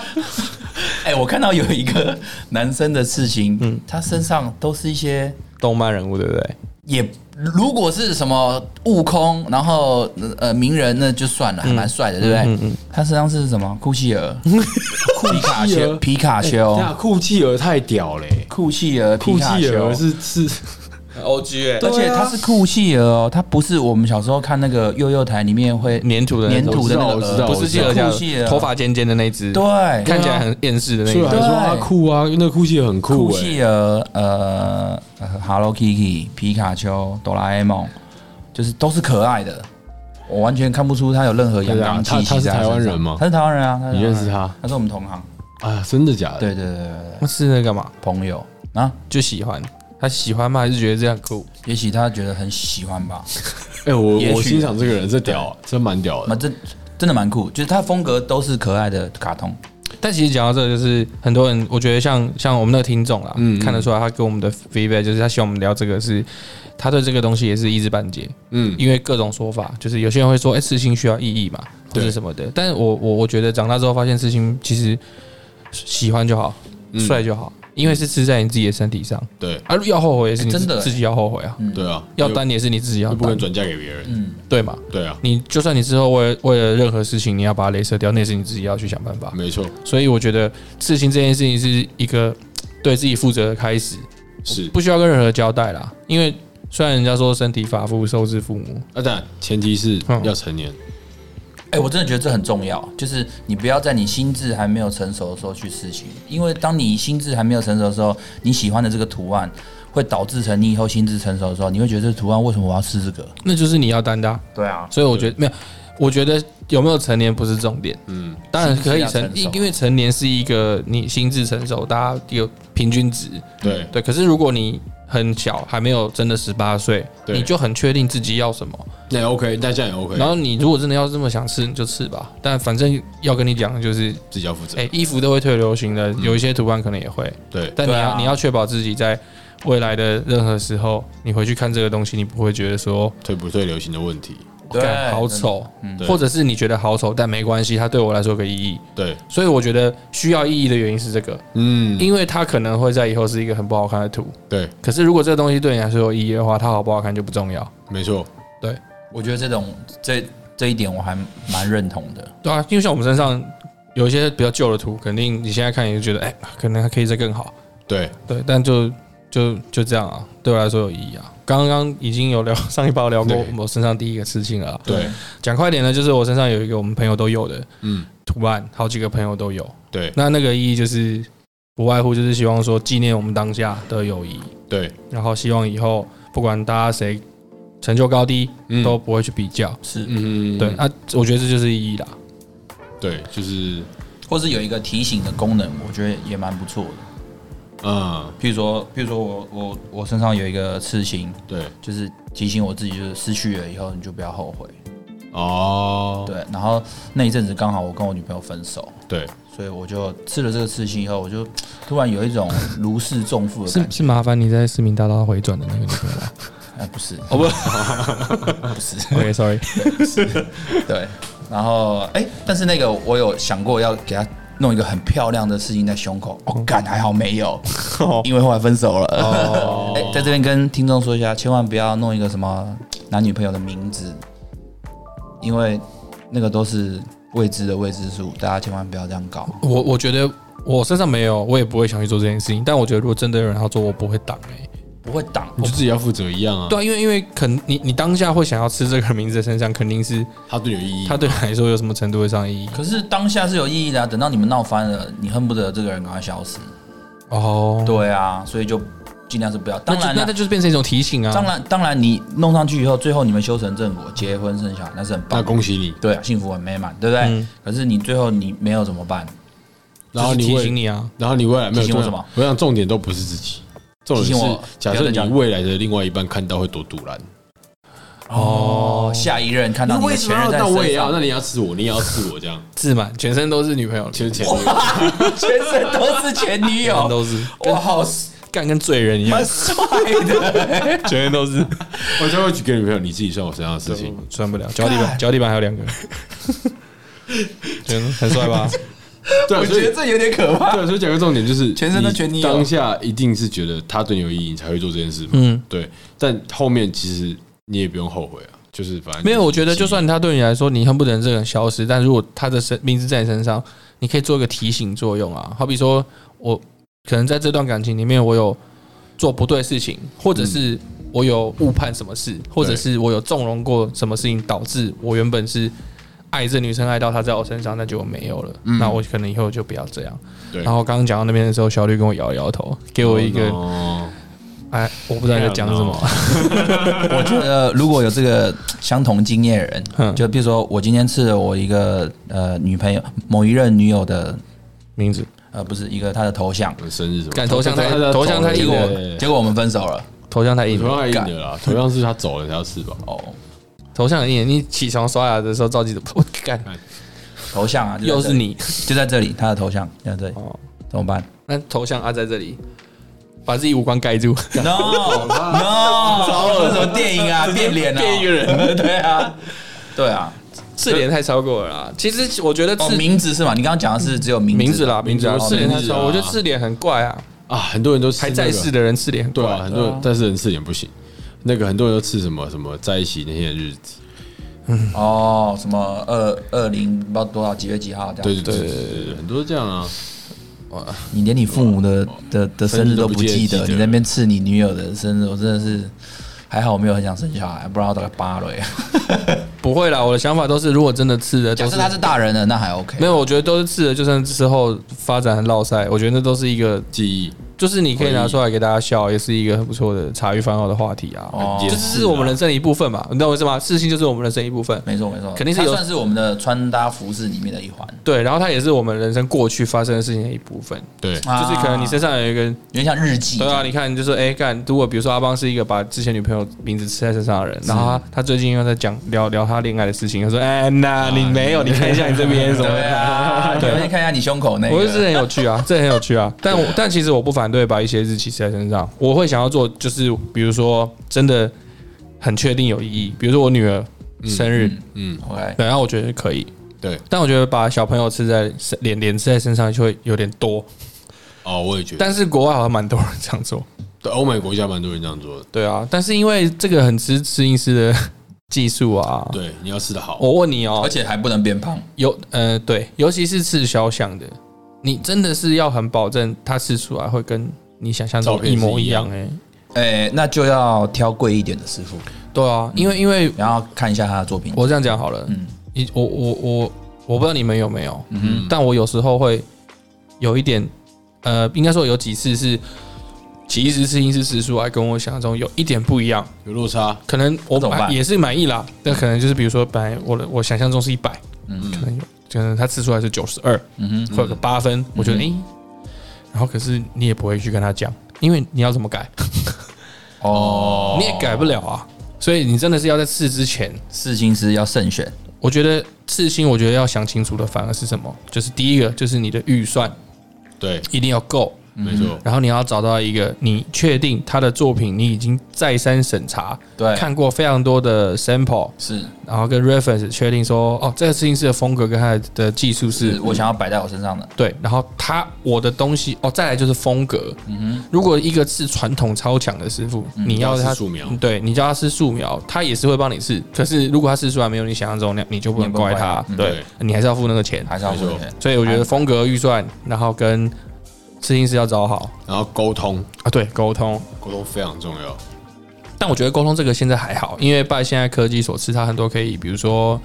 哎、我看到有一个男生的刺青，他身上都是一些
动漫人物对不对？
也，如果是什么悟空，然后呃名人那就算了，还蛮帅的，对不对？
嗯嗯
他身上是什么？库希尔、皮卡
库希
丘、
尔
皮卡
哎等
丘
一、下酷气儿太屌嘞，
酷企鹅、皮
酷
卡
气
丘
儿是是
O G 哎
而且它是酷企鹅哦，它不是我们小时候看那个幼幼台里面会
粘土的那
粘
种
土的那
我知道我知
个
道
鹅，
不是企鹅家
酷企鹅
的，头发尖尖的那一只，
对，
看起来很厌世的那一
所以我还
只。
说它
对
酷啊，因为那个酷气儿很酷
酷
哎、
企鹅、呃呃，Hello Kitty、皮卡丘、哆啦 A 梦，就是都是可爱的。我完全看不出他有任何阳刚气
对啊他
息
他是
在身上。
台湾人吗
他是台湾人啊，他是台湾
你
人
认识他？
他是我们同行。
啊，真的假的？
对对对对对，
那是那干嘛？
朋友啊，
就喜欢他喜欢吗？还是觉得这样酷？
也许他觉得很喜欢吧。
哎、我
也许
我欣赏这个人，这屌啊，真蛮屌
那
的。
这真的蛮酷，就是他的风格都是可爱的卡通。
但其实讲到这个，就是很多人，我觉得像像我们那个听众啦，
嗯嗯
看得出来他给我们的 feedback 就是他希望我们聊这个是，他对这个东西也是一知半解，
嗯，
因为各种说法，就是有些人会说，哎、刺青需要意义嘛，或
对
者什么的。但是我我我觉得长大之后发现刺青其实喜欢就好，
嗯
帅就好，因为是刺在你自己的身体上，
对
啊，要后悔也是你
哎真的
自己要后悔啊，
对啊，
要
又
单也是你自己要
又不能
担，
转嫁给别人。
嗯，
对嘛？
对啊，
你就算你之后为了为了任何事情你要把它镭射掉，那也是你自己要去想办法。
没错，
所以我觉得刺青这件事情是一个对自己负责的开始，
是。
不需要跟任何交代啦。因为虽然人家说身体发肤受之父母，
啊，但前提是
嗯
要成年。
哎、我真的觉得这很重要，就是你不要在你心智还没有成熟的时候去试行，因为当你心智还没有成熟的时候，你喜欢的这个图案会导致成你以后心智成熟的时候，你会觉得这图案为什么我要试这个？
那就是你要担当。
对啊，
所以我觉得没有，我觉得有没有成年不是重点，
嗯，
当然可以
心智要
成，
成熟
因因为成年是一个你心智成熟，大家有平均值，
对，
对。可是如果你很小，还没有真的十八岁，
对
你就很确定自己要什么。
那也 OK，那这样也 OK，
然后你如果真的要这么想吃，你就吃吧。但反正要跟你讲的就是，
自己要负责
哎、。衣服都会退流行的，有一些图案可能也会，
对，
但你
对
要、
啊
你要确保自己在未来的任何时候，你回去看这个东西，你不会觉得说，
对不对流行的问题，
对嗯
干好丑，
对
或者是你觉得好丑，但没关系，它对我来说有个意义。
对，
所以我觉得需要意义的原因是这个，
嗯，
因为它可能会在以后是一个很不好看的图。
对，
可是如果这个东西对你来说有意义的话，它好不好看就不重要。
没错，
我觉得这种这这一点我还蛮认同的。
对啊，因为像我们身上有一些比较旧的图，肯定你现在看也就觉得，哎、可能还可以再更好。
对，
对，但就就就这样啊，对我来说有意义啊。刚刚已经有聊上一包聊过
对
我身上第一个刺青了啊，
对，
讲快点呢，就是我身上有一个我们朋友都有的
嗯，
图案，好几个朋友都有。
对，
那那个意义就是不外乎就是希望说纪念我们当下的友谊，
对，
然后希望以后不管大家谁成就高低
嗯
都，不会去比较。
是，
嗯，
对，啊，我觉得这就是意义啦。
对，就是，
或是有一个提醒的功能，我觉得也蛮不错的。
嗯，
譬如说，譬如说我我我身上有一个刺青，
对，
就是提醒我自己，就是失去了以后你就不要后悔。
哦，
对，然后那一阵子刚好我跟我女朋友分手，
对，
所以我就吃了这个刺青以后，我就突然有一种如释重负的
是
感觉。
是麻烦你在市民大道回转的那个女朋 友吗
哎，不是，
哦不
不是，
，OK sorry，
对。然后哎、但是那个我有想过要给她弄一个很漂亮的刺青在胸口，哦，干还好没有，因为后来分手了。
哦
哎、在这边跟听众说一下，千万不要弄一个什么男女朋友的名字，因为那个都是未知的未知数，大家千万不要这样搞。
我我觉得我身上没有，我也不会想去做这件事情。但我觉得如果真的有人要做，我不会挡哎、
不会挡，
你就自己要负责一样啊，
对啊，因为因为肯你你当下会想要吃这个名字的身上，肯定是
它对你有意义
它，对你来说有什么程度的上意义
可是当下是有意义的、啊，等到你们闹翻了，你恨不得这个人赶快消失。
哦。
对啊，所以就尽量是不要。
那
当
就
然
那
啦
它，就是变成一种提醒啊。
当然，当然，你弄上去以后，最后你们修成正果，结婚生小孩，那是很
那
棒的。
恭喜你，
对啊，幸福很美满，对不对？
嗯
可是你最后你没有怎么办？
然后
就是
你
提
未
醒，你啊，
然后你未来没有
提醒我什
重点
么
我想重点都不是自己，重
提
点
醒我
是假设
不要再
你
讲
未来的另外一半看到会多堵然，
哦，下一任看到你的前任在
那我也要，那
身
你要吃我，你也要吃我这 样，
自满，全身都是女朋友，
其
全
实前女友
上， 全身都是前
身
女友，
都 是
我好
干跟罪人一样
蛮，帅的。
全身都是，
我就会去给女朋友，你自己算我身上的事情。
算不了。脚底板，脚底板还有两 个，全很帅吧？
对啊，
我
所以
觉得这有点可 怕。
对，所以讲个重点就是，
全身都全你
你
有
当下一定是觉得他对你有意义，你才会做这件事嘛。
嗯，
对。但后面其实你也不用后悔啊，就是反正
没有，我觉得就算他对你来说，你恨不得这个人消失，但如果他的身名字在你身上，你可以做一个提醒作用啊。好比说我可能在这段感情里面，我有做不对事情，或者
嗯
是我有误判什么事，或者是我有纵容过什么事情，导致我原本是爱这女生爱到她在我身上，那就没有了。那我可能以后就不要这样。
嗯对
然后刚刚讲到那边的时候，小绿跟我摇了摇头，给我一个
哦
哎，我不知道你在讲什 么。
我 觉得呃如果有这个相同经验的
嗯
人，就比如说我今天吃了我一个呃女朋友某一任女友的
名字
呃不是一个她的头像，
生日什么？
干头像太
他
头像太
走
硬
结
了
果
了
对
结果我们分手了。
头像太硬
头
了，
像太硬的啦， 头像是他走了才要吃吧？
哦，
头像很硬。你起床刷牙的 时候照镜子，我干，
头像啊，就在
又
这
是
里，
你。
就在这里，她的头像就在这里，
哦
怎么办
那头像啊在这里，把自己五官盖住，
？No No，这是什么电 影啊？变脸啊？
变一个人
对啊，对啊。
四连太超过了啦。其实我觉得
哦，
字
名字是吗？你刚刚讲的是只有名字
名字啦，名字啦，
名字
四连太
名字
超
啊
过，我觉得四连很怪啊，
啊，很多人都吃
还
那
在
个
世的人四连很
对
怪
啊，很多人但是人吃点不行。那个很多人都吃什么什么在一起那些日子，
哦，什么二二零不知道多少几月几号这样。
啊
对对对对对对，很多这样啊，
你连你父母的
哦
的的生日都不记
生日都不记
得，
得
你在那边刺你女友的生日，我真的是还好我没有很想生小孩，不然我大概八了耶。
不会啦，我的想法都是，如果真的刺的，
假
都
设
是
他是大人了，那还 OK。
没有，我觉得都是刺的，就算之后发展很落塞，我觉得那都是一个，
记忆
就是你可以拿出来给大家笑，也是一个很不错的茶余饭后的话题啊。
哦
就
也
是是我们人生的一部分嘛，你懂我意思吗？事情就是我们人生一部分，
没错没错，
肯定是
他
有
算是我们的穿搭服饰里面的一环，
对，然后它也是我们人生过去发生的事情的一部分，
对
啊
就是可能你身
是
上有一个
有点像日记。
对啊，你看，就是哎干、如果比如说阿邦是一个把之前女朋友名字吃在身上的人，然后他他最近又在讲聊聊他恋爱的事情，他说哎那你没有，你看一下你这边什么
啊
的。
对啊，你们先看一下你胸口那
我觉得这
个。
很有趣啊，这很有趣啊。但我但其实我不反对把一些日期吃在身上，我会想要做，就是比如说真的很确定有意义，比如说我女儿生日，
嗯
OK，
对，然后我觉得可以。
对
但我觉得把小朋友吃在身脸脸吃在身上就会有点多，
哦，我也觉得，
但是国外好像蛮多人这样做。
对欧美国家蛮多人这样做的，
对啊，但是因为这个很吃吃饮师的技术啊。
对，你要吃的好，
我问你哦
而，且还不能变胖。
有呃对，尤其是吃肖像的，你真的是要很保证它吃出来会跟你想象
照
中
片
一
是
模一
一样
样哎、
哎，那就要挑贵一点的师傅，
对啊，因为因为
然后看一下他的作品。
我这样讲好了，
嗯
你我我我我不知道你们有没有，
嗯
但我有时候会有一点呃，应该说有几次是。其实吃饮师吃出来跟我想象中有一点不一样，
有落差，
可能我
怎么
满
办
也是满意啦，但可能就是比如说本来我的我想象中是一百，
嗯
可能有，可能他吃出来是九十二，
嗯哼，嗯
会有个八分，我觉得哎、诶然后可是你也不会去跟他讲，因为你要怎么改，
哦
你也改不了啊。所以你真的是要在试之前，
刺青师要慎选，
我觉得刺青，我觉得要想清楚的反而是什么，就是第一个就是你的预算
对，
一定要够，
没错，
然后你要找到一个你确定他的作品你已经再三审查，
对
看过非常多的 sample，
是
然后跟 reference 确定说，哦，这个刺青师的风格跟他的技术是
是我想要摆在我身上的。
对，然后他我的东西哦，再来就是风格。如果一个是传统超强的师傅，你要
要
他
吃素描
对，你叫他吃素描，他也是会帮你试。可是如果他试出来没有你想象中那样，你就不能
你不能
怪
怪
他
他，嗯
对你还是要付那个钱。
还是要付
没错
钱。
所以我觉得风格预算，然后跟刺青师要找好
然后沟通，
啊，对，沟通。
沟通非常重要，
但我觉得沟通这个现在还好，因为拜现在科技所赐，它很多可以，比如说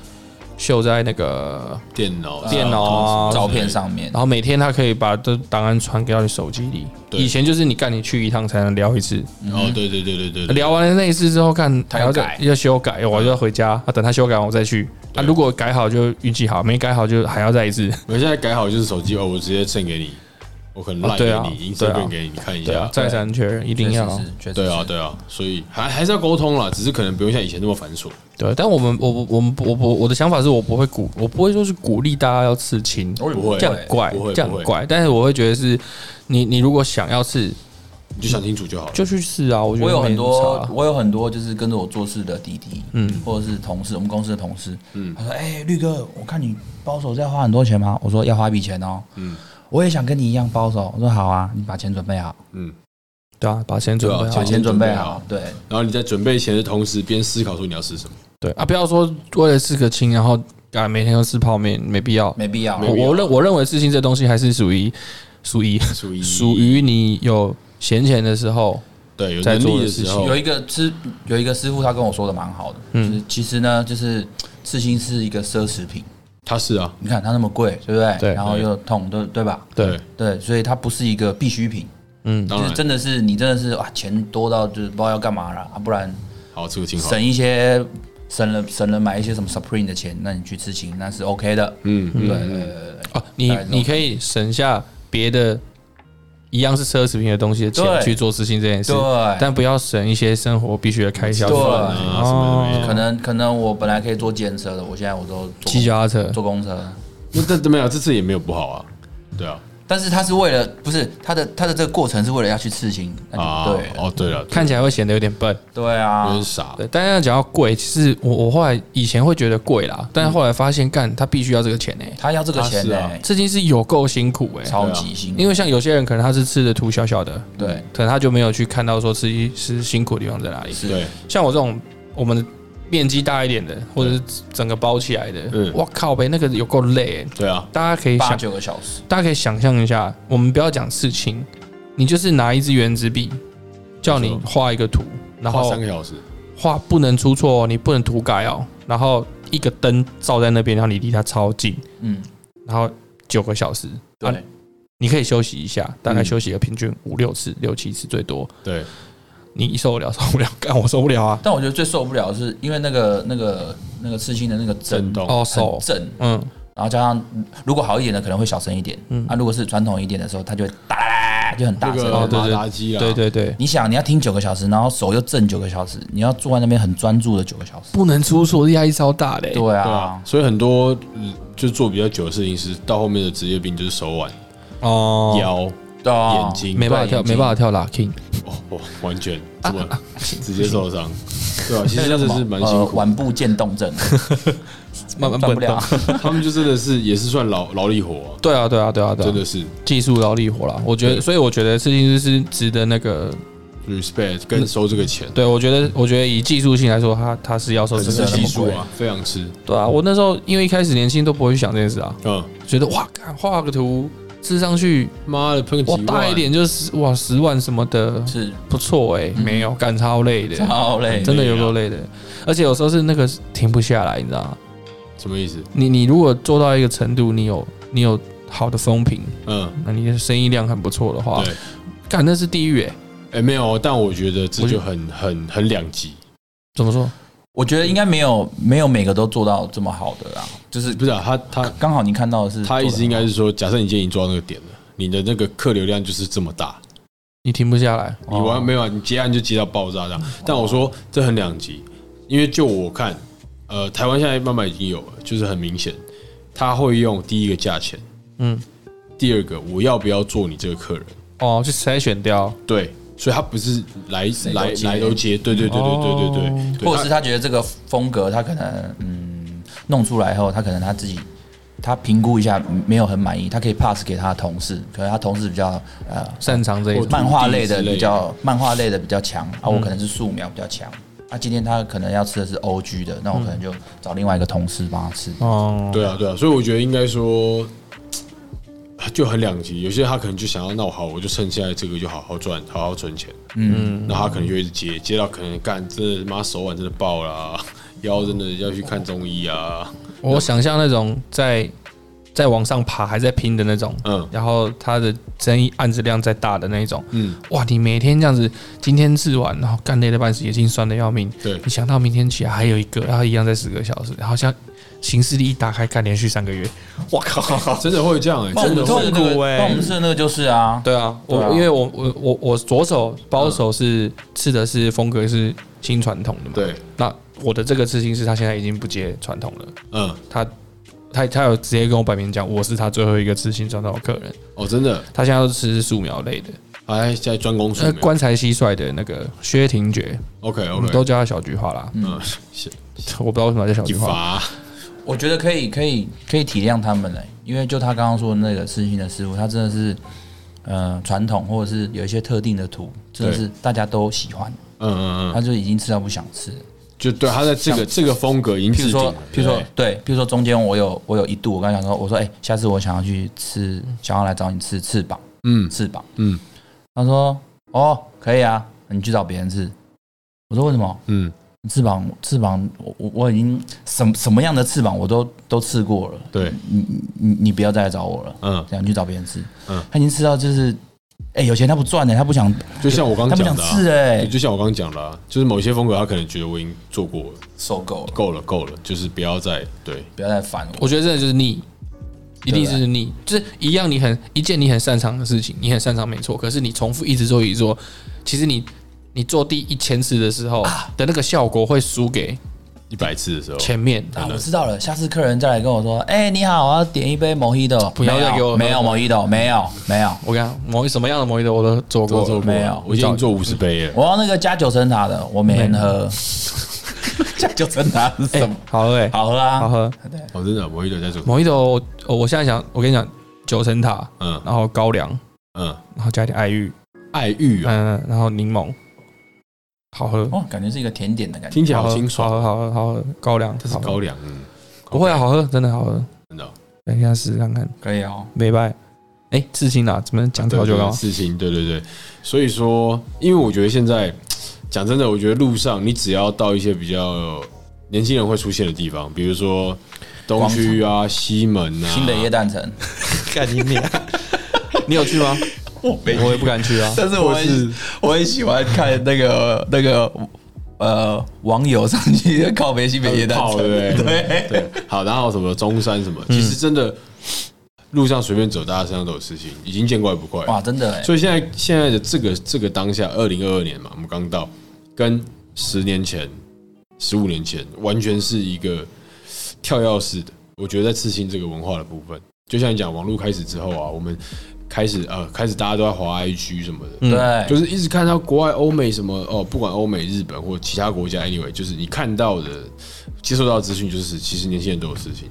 绣在那个
电脑、
电脑啊
照片，上面
然，后每天他可以把这档案传给到你手机里。
对
以前就是你干你去一趟才能聊一次，
哦，对对对对对对，
聊完了那一次之后，看
他
还要
要
再
改
要修改，我就要回家，啊，等他修改完我再去。啊，如果改好就运气好，没改好就还要再一次。
我现在改好就是手机哦，我直接赠给你，我可能
啊
赖
对
给
啊
你
对啊
，Instagram 给你，你看一
对啊
下，，
再三确认一定要。
确实是，确实是
对啊，对啊，所以还还是要沟通啦，只是可能不用像以前那么繁琐，
对，但我们我我我们我我我的想法是我不会鼓，我不会说是鼓励大家要刺青，
我也
不会
这样很怪
不会，
这样
不
很
会
怪。但是我会觉得是你你如果想要刺，
你就想清楚就好了。
就去试啊。我觉得
我有
没
很
差啊
多，我有很多就是跟着我做事的弟弟，嗯，或者是同事，我们公司的同事，嗯，他说：“哎、绿哥，我看你包手在花很多钱吗？”我说：“要花一笔钱哦。”嗯，我也想跟你一样包手。我说：“好啊，你把钱准备好，
嗯，
对啊，把钱准
对啊
备好
把
把。
钱
钱
准
准
备
备
好
好。”对，然后你在准备钱的同时，边思考说你要吃什么。
对啊，不要说为了吃个青，然后啊每天都吃泡面，没必要。
没必要。
没必要
我我认我认为刺青这东西还是属于属于
属于
属于你有闲钱的时候，
对有
在
能
做
力
的
的
事
时
情
候
有，一个师有一个师傅，他跟我说的蛮好的，
嗯
就是其实呢，就是刺青是一个奢侈品，
他是啊，
你看它那么贵，对不对？
对
然后又痛，对对吧？
对，
对，所以它不是一个必需品，
嗯，
当
就是
然
真的是你真的是哇，钱多到就是不知道要干嘛了啊，不然
好，这个挺好，
省一些省了省了买一些什么 Supreme 的钱，那你去刺青那是 OK 的。
嗯
对
嗯，
对对对对
哦，你
大概这种
你可以省下别的一样是奢侈品的东西的钱
对
去做事情这件事，
对
但不要省一些生活必须的开销。
对
饭啊什么的没有，
哦
可能可能我本来可以坐电车的，我现在我都坐
骑脚踏车，
坐公车，
那但但没有，这次也没有不好啊，对啊，
但是他是为了不是他的他的这个过程是为了要去刺青，那
啊
就对了
哦对了，
哎看起来会显得有点笨。
对
有
啊
点，傻，
对，但要讲到贵，其实我我后来以前会觉得贵啦，但
嗯
是后来发现，干他必须要这个钱呢、
他要这个钱
他是
呢、
啊
这件事有够辛苦哎、
超级辛苦，
因为像有些人可能他是吃的图小小的，
对
可能他就没有去看到说吃一是辛苦的地方在哪里。
对，
像我这种我们面积大一点的，或者是整个包起来的
嗯，
我靠呗，那个有够累欸。
对啊，
大家可以
八
想，
九个小时，
大家可以想象一下，我们不要讲刺青，你就是拿一支圆珠笔，叫你画一个图，然
花
后
三个小时，
画不能出错哦，你不能涂改哦，然后一个灯照在那边，然后你离它超近，
嗯，
然后九个小时，啊
对，
你可以休息一下，大概
嗯
休息个平均五六次、六七次最多，
对，
你受得了受不了，干我受不了啊，
但我觉得最受不了的是因为那个那个那个刺青的那个
震
针
动，
哦
很
手，
震，
嗯，
然后加上如果好一点的可能会小声一点，
嗯
嗯，啊，如果是传统一点的时候，它就会哒啦啦就很
那
大声，
个
哦对
马
对
达机啦，啊
啊
对对对，
你想，你要听九个小时，然后手又震九个小时，你要坐在那边很专注的九个小时。
不能出错，压力超大的欸、
对
对
啊
啊，，所以很多嗯就做比较久的事情是到后面的职业病就是手腕、
哦，
腰、
对啊，
眼睛，
没办法跳，
对眼睛
没办法跳 locking，
哦，哇完全这么 直接受伤，对啊，其实真的是蛮辛
呃
苦的。
腕部渐 冻症，
慢慢
断
蹦
不了
到。。
他们就真的是也是算劳劳力活啊、
对啊，对啊，对啊，对
真
啊，
的是
技术劳力活啦。我觉得，所以我觉得事情就是值得那个，
respect 跟收这个钱，
对我觉得，我觉得以技术性来说，他他是要受
很
这
吃
个
技
技
术啊，非常吃，
对啊，我那时候因为一开始年轻都不会去想这件事啊，
嗯，
觉得哇，干画个图，吃上去，
妈的喷个
哇，
几
大
万
一，点就是哇十万什么的，
是
不错哎、没有干超累啊的，
超累，
真的有够累的，而且有时候是那个停不下来，你知道吗？
什么意思？
你你如果做到一个程度，你有你有好的风评，
嗯，
那你的生意量很不错的话
对，，
干那是地狱哎、
哎、没有，但我觉得这
我觉
就很很很两极，
怎么说？
我觉得应该没有没有每个都做到这么好的啦，就是
不是、啊、他他
刚好你看到的是
他意思应
该
该是说，假设你今天已经做到那个点了，你的那个客流量就是这么大，
你停不下来，
你
哦
完没有啊，你接案就接到爆炸这样。但我说这很两极，因为就我看，呃，台湾现在慢慢已经有了，就是很明显，他会用第一个价钱，
嗯，
第二个我要不要做你这个客人，
哦，去筛选掉，
对，所以他不是来
谁都
来
接哦
来都接，对对对对对对对对，
或者是
他
他觉得这个风格，他可能嗯弄出来后，他可能他自己他评估一下嗯没有很满意，他可以 pass 给他的同事，可能他同事比较呃
擅长这一
我
种，
漫画类的
土地之类的嗯
比较漫画类的比较强啊，我可能是素描比较强啊。今天他可能要吃的是 O G 的，那我可能就找另外一个同事帮他吃。
哦，
对啊对啊，所以我觉得应该说。就很两极，有些他可能就想要，那我好，我就趁现在这个就好好赚，好好存钱。
嗯，
那他可能就一直接，接到可能干，真的妈手腕真的爆啦、腰真的要去看中医啊，
我想象那种在在往上爬还在拼的那种，
嗯
然后他的生意案子量再大的那一种，
嗯，
哇，你每天这样子，今天治完，然后干累的半死，眼睛酸的要命，
对
你想到明天起来还有一个，然后一样在十个小时，然后像行事历一打开，干连续三个月，我靠，
真的会这样哎、
帮我
真
们
的
痛
会，
苦
欸
帮我们吃的那个就是啊，
对啊，我
对啊
因为我我我我左
嗯
手包手是吃的是风格是新传统的嘛，，
对，
那我的这个刺青是他现在已经不接传统了，
嗯，
他他他有直接跟我摆明讲，我是他最后一个吃新传统的客人，
哦，真的，
他现在都吃素描类的，
哎，现在专攻素
那
描
棺材蟋蟀的那个薛廷觉，
，OK
呃我们
OK，
都叫他小菊花啦，
嗯，是
我不知道为什么叫小
一
菊花，
罚，
我觉得可以可以可以体谅他们嘞、因为就他刚刚说的那个事情的师傅，他真的是呃传统或者是有一些特定的图，真的
对
是大家都喜欢，
嗯嗯嗯，
他就已经吃到不想吃了。
就对他在这个这个风格已经
譬
制
如
定
说
了，，
譬如说
对，
对，譬如说中间我有我有一度，我刚才讲说，我说，哎、下次我想要去吃，想要来找你吃翅膀，
嗯
翅膀。
嗯
他说：“哦，可以啊，你去找别人吃。”我说：“为什么？
嗯，
翅膀翅膀，我我我已经什么什么样的翅膀我都都吃过了。
对，
你你你你不要再来找我了，
嗯，
这样你去找别人吃。
嗯
他已经吃到就是，哎、有钱他不赚的、他不想
就像我刚刚
他不
讲
想
的、
吃
啊，
哎、
对就像我刚刚讲的、啊，就是某些风格他可能觉得我已经做过了，
受够了，
够了，够了，就是不要再对，
不要再烦我。
我觉得真的就是腻，一定
啊
是腻，就是一样你很一件你很擅长的事情，你很擅长没错，可是你重复一直做一直做，其实你你做第一千次的时候
啊
的那个效果会输给
一百次哦的时候，
前面
啊，我知道了，下次客人再来跟我说，哎、你好，我要点一杯 Mojito，
不要再给我喝
没有 Mojito，没有没有，
我跟你讲，某什么样的某一的我都做
我
过，
做过
没有
我已经做五十杯了，
我要那个加九层塔的，我每天喝。 加九层塔是什么？
好喝哎、
好喝啊，
好喝。
哦，真的，我一直在做，
某一的我我现在想，我跟你讲，九层塔，
嗯
然后高粱，
嗯，
然后加一点爱玉，
爱玉啊，
嗯，然后柠檬，好喝，
哦，感觉是一个甜点的感觉。
听起来
好
好
喝
清
好
爽，
喝，好喝，好喝，高粱，
这是
好喝
高粱，嗯，
不会啊，好喝，真的好喝。
真的哦，
等一下试试看看，
可以哦，
没拜。哎，刺青啊，怎么讲调
对
酒
对
啊？
事情，对对对，所以说，因为我觉得现在讲真的，我觉得路上你只要到一些比较年轻人会出现的地方，比如说东区啊、西门啊，
新的椰蛋城，
干你 娘！你有去吗？
我
我也不敢去啊。
但是我 很我很喜欢看那个那个呃网友上去告别新北椰蛋
泡
城，
对不欸对
对，
对，好，然后什么中山什么，其实真的路上随便走，大家身上都有事情，已经见怪不怪了。
哇，真的哎，
所以现在现在的这个这个当下，二零二二年嘛，我们刚到，跟十年前、十五年前完全是一个跳跃式的。我觉得在刺青这个文化的部分，就像你讲，网络开始之后啊，我们开始呃开始大家都在滑 IG 什么的，
对，
就是是一直看到国外欧美什么哦，不管欧美、日本或其他国家，anyway，就是你看到的、接受到的资讯，就是其实年轻人都有事情。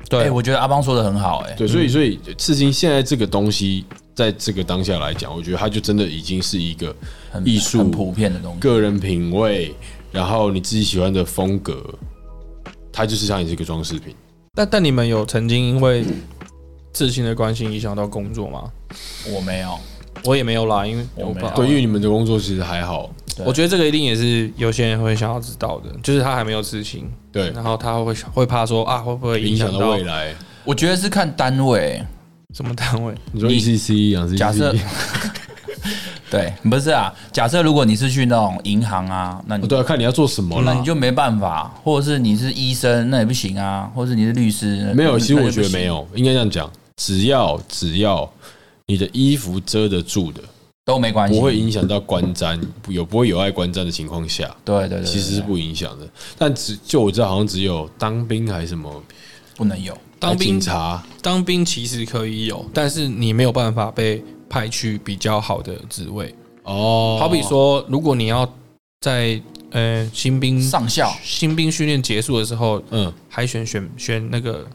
哎，
对，
我觉得阿邦说的很好哎，
对，所以所以刺青现在这个东西，在这个当下来讲，我觉得它就真的已经是一个
很
艺术
很普遍的东西，
个人品味，然后你自己喜欢的风格，它就是像你是一个装饰品。
但但你们有曾经因为刺青的关系影响到工作吗？
我没有，
我也没有啦，因为
我
我
没
不
有
对，因为你们的工作其实还好，
我觉得这个一定也是有些人会想要知道的，就是他还没有刺青，
对，
然后他会会怕说啊，会不会
影
响
响到未来。
我觉得是看单 位，
什么单位？
你说 E
你
ECC 养生，
假设 对，不是啊，假设如果你是去那种银行啊，那你
对啊，看你要做什么
那
了
你。就没办法，或者是你是医生，那也不行啊，或者是你是律师，那
没
嗯
有，其实
那就
我觉得
不行
没有，应该这样讲，只要只要你的衣服遮得住的，
都没关系，
不会影响到观瞻，不有不会有碍观瞻的情况下，
对对对对，
其实是
对
不影响的。但只就我知道，好像只有当兵还是什么
不能有，
当兵
警察，
当兵其实可以有，但是你没有办法被派去比较好的职位。
哦，
好比说，如果你要在呃新兵
上校
新兵训练结束的时候，
嗯，
海选选选那个，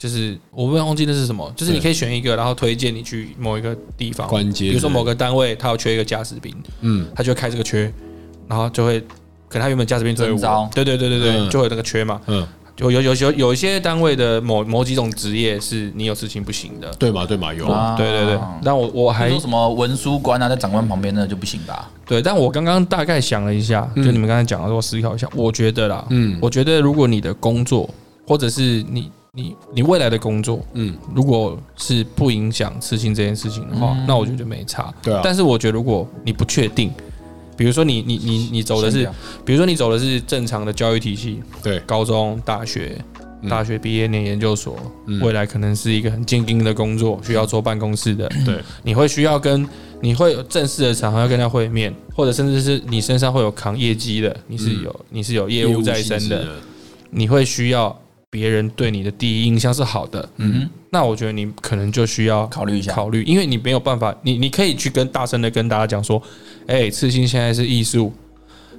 就是我不忘记那是什么，就是你
对
可以选一个，然后推荐你去某一个地方，
关节，
比如说某，个单位他要缺一个驾驶兵，
嗯，
他就会开这个缺，然后就会可能他原本驾驶兵只有
征召
五，对对对对对，
嗯
就会有那个缺嘛。
嗯，
就有有有有一些单位的某某几种职业是你有事情不行的，
对嘛对嘛，有
啊
对对对
啊。
但我我
还
还
说什么文书官啊，在长官旁边那就不行吧？
对，但我刚刚大概想了一下，就
嗯
你们刚才讲的时候，我思考一下，我觉得啦，
嗯
我觉得如果你的工作或者是你你你未来的工作，
嗯，
如果是不影响刺青这件事情的话，那我觉得没差。
对啊
但是我觉得如果你不确定，比如说你你你你走的
先
是
讲，
比如说你走的是正常的教育体系，
对，
高中、大学。大学毕业念研究所，
嗯
未来可能是一个很精英的工作，需要坐办公室的，
对，
你会需要跟你会有正式的场合要跟他会面，或者甚至是你身上会有扛业绩的，你是有、你是有业务在身
性质
的，，你会需要别人对你的第一印象是好的。
嗯，
那我觉得你可能就需要
考虑一下，
考虑，因为你没有办法，你你可以去跟大声的跟大家讲说，哎、刺青现在是艺术，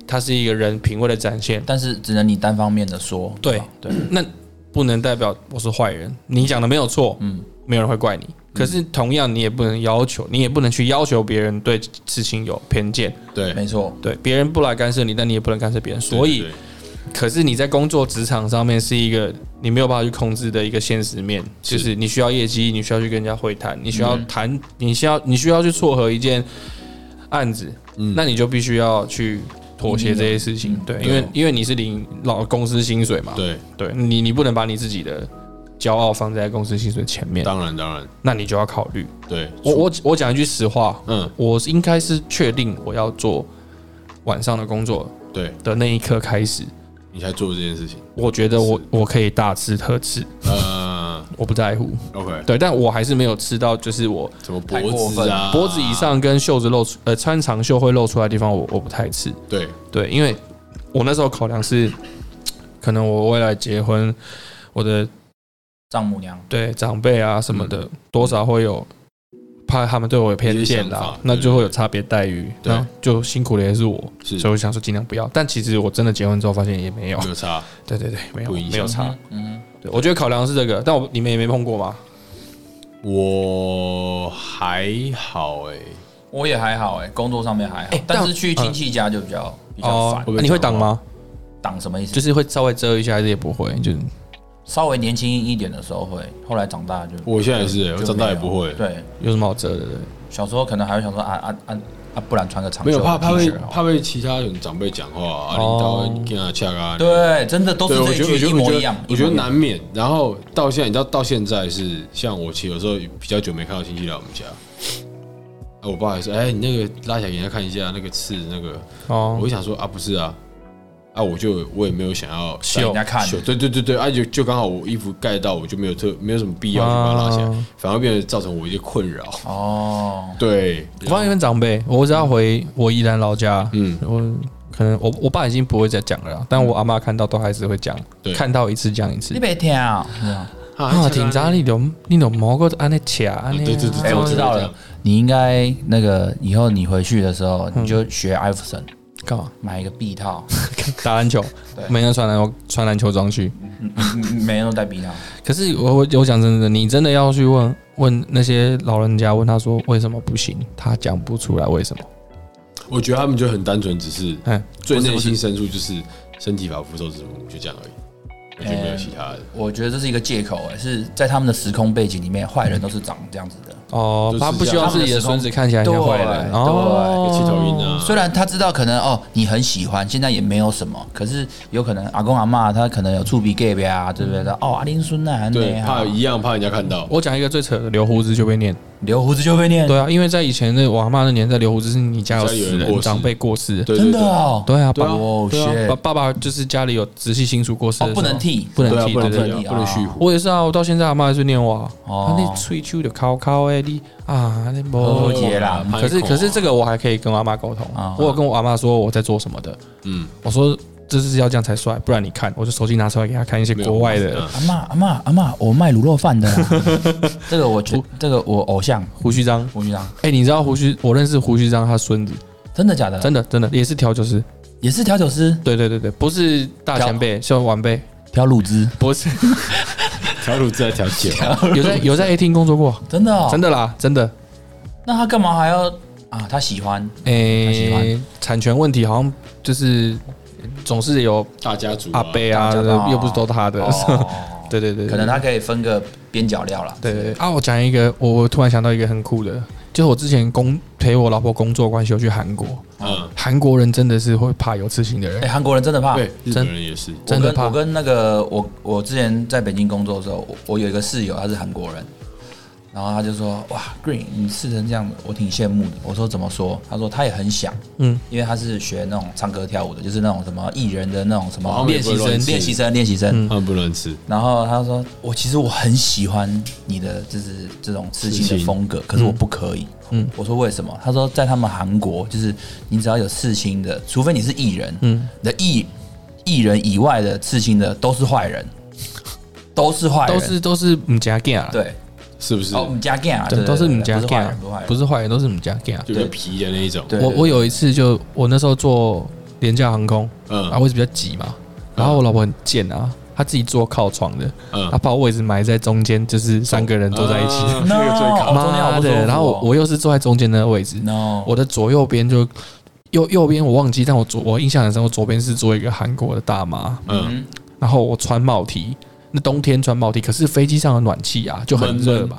它是一个人品味的展现，
但是只能你单方面的说。
对
哦对，
那不能代表我是坏人，你讲的没有错，
嗯，
没有人会怪你。可是同样，你也不能要求，你也不能去要求别人对事情有偏见。
对，
没错，
对，别人不来干涉你，但你也不能干涉别人。所以
对对对
可是你在工作职场上面是一个你没有办法去控制的一个现实面，
是
就是嗯你需要业绩，你需要去跟人家会谈，你需要谈，你需要你需要去撮合一件案子，那你就必须要去妥协这些事情，嗯对，因为因为你是领老公司薪水嘛，
对，
对，你你不能把你自己的骄傲放在公司薪水前面，
当然当然，
那你就要考虑。
对，
我我我讲一句实话，
嗯，
我应该是确定我要做晚上的工作
对
的那一刻开始，
你才做这件事情，
我觉得我我可以大吃特吃，
呃
我不在乎。
，OK，
对，但我还是没有吃到，就是我
什么
太过
脖子
分
啊，
脖子以，上跟袖子露出，呃，穿长袖会露出来的地方我，我不太吃。
对，
对，因为我那时候考量是，可能我未来结婚，我的
丈母娘
对长辈啊什么的，多少会有怕他们对我有偏
嗯一些
见
想
啦、
法
那
对
就会有差别待遇，
对
那就辛苦的也是我，
是
所以我想说尽量不要。但其实我真的结婚之后发现也没有，
没有差，
对对对，没有
不影响
没有差。，
嗯，
对，我觉得考量是这个，但我你们也没碰过嘛。
我还好哎，
我也还好哎，工作上面还好
哎，
但
但
是去亲戚家就比较比较烦
会，不会
啊你会
讲话
挡吗？
挡什么意思？
就是会稍微遮一下，还是也不会？就是
稍微年轻一点的时候会，后来长大就
我现在也是欸
就
我长大也不会
没有对，
有什么好遮的？对
小时候可能还会想说啊啊啊啊，不然穿个长袖
没有怕怕
T
被
恤好
怕被其他人长辈讲话啊，领导
哦
你跟他掐啊，
对，真的都是
对，我觉
这
得
一
我觉
句
得
一
我
模
觉
一样
得，我觉得
一模一样
难免。然后到现在，你知道到现在是像我，其实有时候比较久没看到亲戚来我们家，啊，我爸还说，哎，你那个拉起来给人家看一下那个刺那个，我
哦
就想说啊，不是啊，啊，我就我也没有想要
给人家看，
秀，对对对对，啊就就刚好我衣服盖到，我就没有特没有什么必要去把它拉起来
啊，
反而变得造成我一些困扰。
哦，
对，
我发现跟长辈，我只要回我宜兰老家，
嗯，
我可能我我爸已经不会再讲了啦，但我阿妈看到都还是会讲
对，
看到一次讲一次
你。别听啊！
啊，挺渣，你有你有毛个安尼卡安尼啊，
对对对
哎，
对
我知道了，你应该那个以后你回去的时候，
嗯
你就学艾弗森
干嘛？
买一个臂套，
打篮球
对，
每天穿篮球穿篮球装去。
嗯嗯嗯每人都带 臂套。
可是我我我讲真的，你真的要去问问那些老人家，问他说为什么不行，他讲不出来为什么。
我觉得他们就很单纯，只是
嗯，
最
不是
内
不是
心深处就是身体发肤受之母，就这样而已，我觉得没有其他的。
哎
我觉得这是一个借口，哎，是在他们的时空背景里面，坏人都是长这样子的。
哦
就，是
他不希望自己的孙子看起来像坏人
对
哦，
气头晕啊，
虽然他知道可能哦你很喜欢，现在也没有什么，可是有可能阿公阿嬷他可能有触鼻 gay 啊，对不对？哦，阿林孙啊，
嗯对，
啊
怕，一样怕人家看到，
我讲一个最扯的，留胡子就被念。
留胡子就被念，
对啊，因为在以前那我阿妈那年代，留胡子是你家有死
家里有人过
人
世
长辈过世，
对
真
对
的
对，
哦，
对啊，爸
哦
对啊，爸
shit，
爸爸就是家里有直系亲属过世的
哦
时候，
不能剃，
不能
对啊，
剃，
不能
对对
这样，
对
对
不能蓄胡，
我也是啊，我到现在阿妈还是念我啊，
哦
啊你吹秋的考考哎你啊，你
哦
不
理解啦
怕你
可是
恐
可是这
啊
个我还可以跟我阿妈沟通
啊，
我有跟我阿妈说我在做什么的，
嗯，
我说这是要这样才帅，不然你看，我就手机拿出来给她看一些
没有
国外的
嗯
阿妈阿妈阿妈，我卖卤肉饭的啊， 这个我觉这个我偶像
胡须章。
胡局长，
哎、你知道胡须？我认识胡须章他孙子，
真的假的？
真的真的也是调酒师。
也是调酒师，
对对对对，不是大前辈，是晚 辈，
调卤汁，
不是
调卤汁来调酒，
有在有在 A 厅工作过，
真的哦
真，的啦，真的。
那他干嘛还要啊？他喜欢
哎、
喜欢
产权问题好像就是总是有
大家族
阿贝啊，
大家都
又不是都他的。，
哦
对对对，对
可能他可以分个边角料啦。
对对对啊，我讲一个，我我突然想到一个很酷的，就是我之前工陪我老婆工作的关系，我去韩国，
嗯，
韩国人真的是会怕有刺青的人
哎，，韩国人真的怕。
对，日
真
本人也是，
我
真的
跟
怕
我跟那个我我之前在北京工作的时候，我我有一个室友，他是韩国人，然后他就说：“哇，Green，你吃成这样子，我挺羡慕的。”我说：“怎么说？”他说：“他也很想，
嗯，
因为他是学那种唱歌跳舞的，就是那种什么艺人的那种什
哦
么
他们也
练
不
习
会乱
生、
吃
练习生、练习生。
嗯
他们不能吃，
然后他说：“我其实我很喜欢你的，就是这种刺青
刺
的
青
风格，可是我不可以。”
嗯
我说：“为什么？”他说：“在他们韩国，就是你只要有刺青的，除非你是艺人，
嗯，
你的艺艺人以外的刺青的都是坏人，都是坏
都
人，
是都是唔加 gay 啊，
对
是不是
哦，？我们家 gay 啊，
对，
对
都是
对
你家
不是
gay
坏
啊
人，不是坏，人，
不是坏人，都是你家 gay 啊。
就比较皮的那一种，
对
我我有一次就我那时候坐廉价航空啊，
嗯
位置比较挤嘛，然后我老婆很贱啊，她自己坐靠床的，啊
嗯
她，把我位置埋在中间，就是三个人坐在一起，
啊这
No，
个最
哦
高，
中间好
妈
不舒服
的！
哦
然后我我又是坐在中间的位置，
no，
我的左右边就右右边我忘记，但我左我印象很深，我左边是坐一个韩国的大妈，
嗯，
然后我穿帽 T，那冬天穿帽 T，可是飞机上的暖气啊就很热嘛，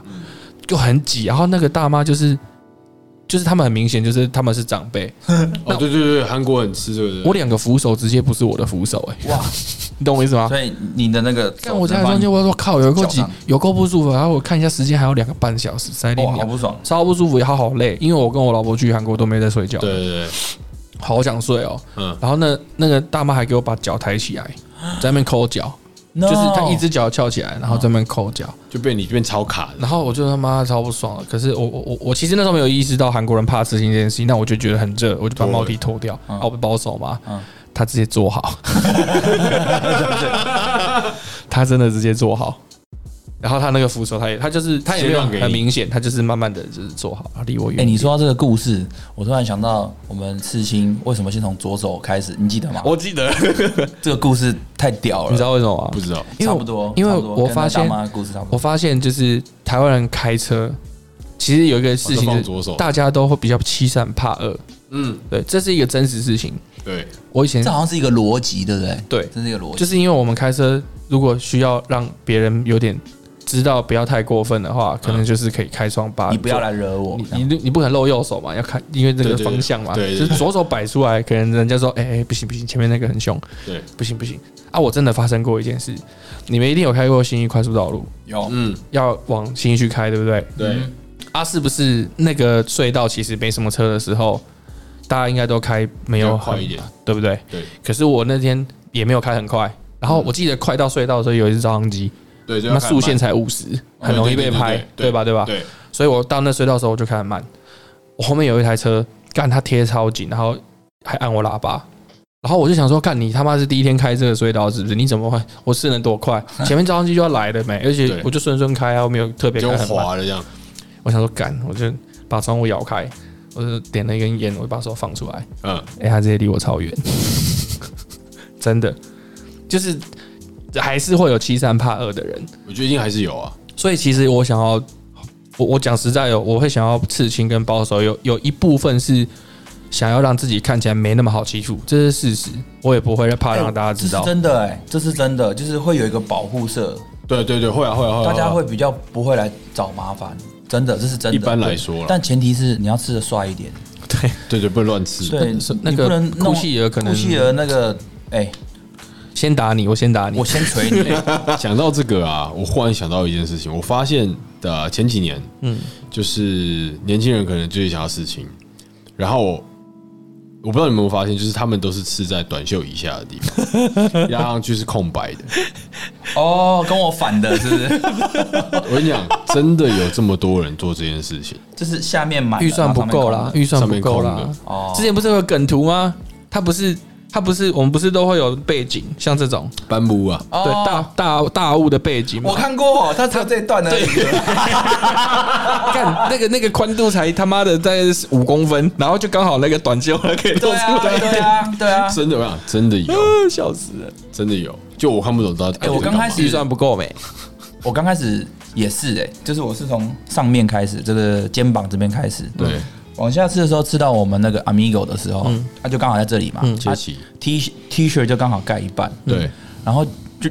就很挤，然后那个大妈就是就是他们很明显就是他们是长辈，
哦，对对对，韩国很吃这个的
我。两个扶手直接不是我的扶手，哎，
哇！
你懂我意思吗？
所以你的那个
看我家里中间，我说靠，有够挤
脚上，
有够不舒服。然后我看一下时间，还有两个半小时，塞
哇，
点
好
鸟，
不爽。
超不舒服，也好好累。因为我跟我老婆去韩国都没在睡觉，
对，对对，
好想睡哦。
嗯，
然后那那个大妈还给我把脚抬起来，在那边抠脚，
就
就是她一只脚翘起来，然后在那边抠脚。
就被你变超卡了。
然后我就他妈超不爽了。可是我我我我其实那时候没有意识到韩国人怕刺青这件事情，但我就觉得很热，我就把
对
帽 T 脱掉，
嗯
啊，我不保守嘛
嗯，
他直接做好，他真的直接做好。然后他那个扶手，他也他就是他也没有
先让给你
很明显，他就是慢慢的就是做好，然后离我远。
哎、你，说到这个故事，我突然想到我们刺青为什么先从左手开始？你记得吗？
我记得，
这个故事太屌了，
你知道为什么吗
不？知道，
因为
差
我
不多，
因为
差不多
我
跟那
发现
大妈的故事差不
我
多。
发现就是台湾人开车，其实有一个
哦
事
就
情
放
就
左
是
手
大家都会比较欺善怕恶，
嗯，
对，这是一个真实事情。
对，
我以前
这好像是一个逻辑，对不对？
对
这是一个逻辑。
就是因为我们开车，如果需要让别人有点知道不要太过分的话，可能
嗯
就是可以开双八。
你不要来惹我，
你，你你你不可能露右手嘛，要看因为这个
对对对
方向嘛，
对对
就是左手摆出来，可能人家说，哎、哎不行不行，前面那个很凶，
对，
不行不行啊！我真的发生过一件事，你们一定有开过新一快速道路，
有
嗯，
要往新一区开，对不对？
对，
啊，是不是那个隧道其实没什么车的时候，大家应该都开没有
比较快
很
一点，
对不对？
对
可是我那天也没有开很快，然后我记得快到隧道的时候有一只照相机，
对，就要
那
看
速限
慢
才五十，很容易被拍，哦对吧？对吧？
对，
所以我到那隧道的时候我就开很慢，我后面有一台车，干他贴超紧，然后还按我喇叭。然后我就想说，干你他妈是第一天开这个隧道是不是？你怎么会？我是能多 快？前面照相机就要来了没？而且
对
我就顺顺开啊，我没有特别
就
开很慢。
滑了这样，
我想说干，我就把窗户摇开，我就点了一根烟，我就把手放出来，
嗯，
哎、他直接离我超远，真的，就是还是会有欺善怕恶的人，
我觉得一定还是有啊，
所以其实我想要，我我讲实在的，哦我会想要刺青跟保守，有有一部分是想要让自己看起来没那么好欺负，这是事实，我也不会怕让大家知道，
哎这是真的哎、这是真的，就是会有一个保护色，
对对对，会啊会啊会啊，
大家
啊
会比较不会来找麻烦，真的，这是真的。
一般来说啦
但前提是你要吃的帅一点，
对，
对对，不能乱吃，
对
是，
你
那个
不能弄
库西尔可能
库西尔那个，哎，
先打你，我先打你
我，先锤你，
讲到这个啊，我忽然想到一件事情，我发现的、呃前几年，
嗯
嗯，就是年轻人可能最想要事情，然后我我不知道你们有没有发现，就是他们都是刺在短袖以下的地方，压上去是空白的。
哦，跟我反的是不是？
我跟你讲，真的有这么多人做这件事情，
就是下面满了
预算不够啦，，预算
上
不
面
够
空的
啦，
哦
之前不是有个梗图吗？它不是，它不是，我们不是都会有背景，像这种，
斑布啊，
然后上面空
对
的哦
大大大雾的背景嘛。
我看过，他只有这一段呢。
看那个那个宽度才他妈的在五公分，然后就刚好那个短袖可以露
对啊，
出来，
对啊，对啊。
真的我讲真的有，
啊 笑死了。
真的有，就我看不懂到底。
哎我刚开始
预算不够没？
我刚开始也是哎、就是我是从上面开始，这个肩膀这边开始，
对，
往下吃的时候吃到我们那个 Amigo 的时候，
嗯
他、就刚好在这里嘛，
切
他
齐，
T T 恤就刚好盖一半，
对，
然后就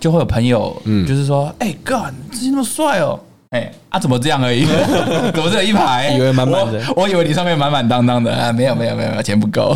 就会有朋友，
嗯
就是说，哎、哥，你最近那么帅哦。哎、啊，怎么这样而已？ 怎么只有一排？
以为满满的
我，我以为你上面满满当当的啊，没有没有没有没有，钱不够。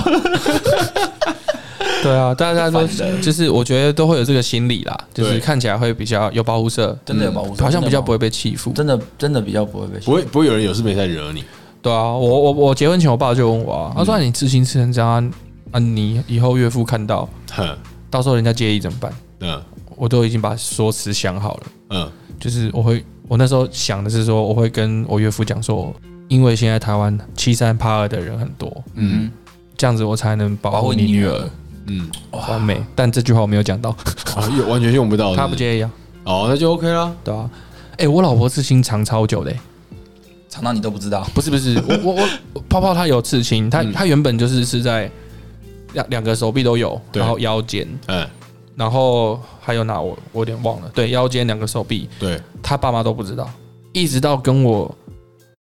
对啊，大 家都
烦人
就是我觉得都会有这个心理啦，就是
对
看起来会比较有保护色，
真的有保护色
嗯好像比较
真的有保护色
不会被欺负。
真的真的比较不会被
不会不会有人有事没在惹你，
对啊，我我我结婚前我爸就问我啊，他说啊你刺青刺成这样啊啊，你以后岳父看到，
哼，
到时候人家介意怎么办？
嗯
我都已经把说辞想好了，
嗯，
就是我会，我那时候想的是说，我会跟我岳父讲说，因为现在台湾欺善怕恶的人很多，
嗯，
这样子我才能保
保
护
护
你
你
女
女
儿
儿。
嗯，
完美，但这句话我没有 讲到，
啊有完全用不到，
他不
是是
介意啊，
哦，那就 OK 啦。
对啊。哎、我老婆刺青藏超久的、欸
长到你都不知道。
不是不嗯是， 我我我我泡泡她有刺青，她她原本就是是在两两个手臂都有，
对
然后腰间，
嗯，
然后还有哪我我有点忘了，对，腰间两个手臂，
对，
他爸妈都不知道，一直到跟我，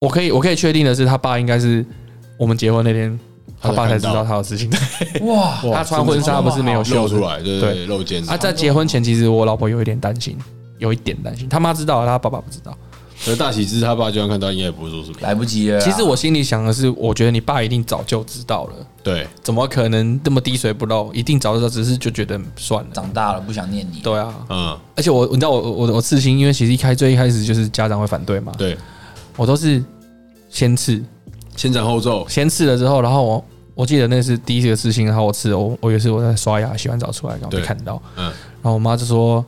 我可以我可以确定的是，他爸应该是我们结婚那天他爸才知道他有刺青。
哇，
他穿婚纱不是没有
露
袖子
出来，对对，
对
对露肩
啊，在结婚前，其实我老婆有一点担心，有一点担心。他妈知道，他爸爸不知道。
可是大喜之他爸就算看到，应该也不会说什么。
来不及了啊。
其实我心里想的是，我觉得你爸一定早就知道了，
对，
怎么可能这么滴水不漏？一定早就知道，只是就觉得算了。
长大了不想念你，
对啊，
嗯，
而且我你知道我我我刺青，因为其实一开最一开始就是家长会反对嘛，
对，
我都是先刺，
先斩后奏，
先刺了之后，然后我我记得那是第一个刺青，然后我刺了，我我有一次我在刷牙洗完澡出来，然后被
对
看到，
嗯
然后我妈就说：“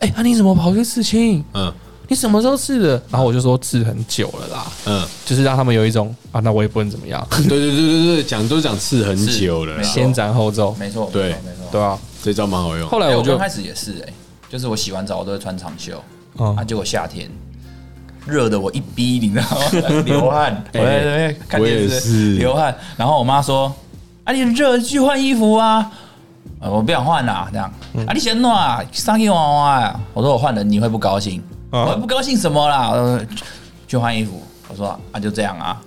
哎、那、你怎么跑去刺青？
嗯
你什么时候刺的？”然后我就说刺很久了啦，
嗯，
就是让他们有一种啊，那我也不能怎么样，
对对对对对，讲都讲刺很久了
没
啦，
错
先斩后奏，
啊没错，没错，
对
没错。
对啊。
这招蛮好用。
后来
哎
我
我
就
刚开始也是哎、就是我洗完澡我都会穿长袖，
哦
嗯
啊，，结果夏天热的我一逼，你知道 吗？ 流汗，我在那边看
我
电
也
视
是
流汗，然后我妈说：“啊，你热去换衣服啊。”呃，我不想换啦，这样啊，你先弄啊，上衣娃娃呀。啊我说我换了，你会不高兴？
啊
我不高兴什么啦？我说去换衣服。我说啊，就这样啊。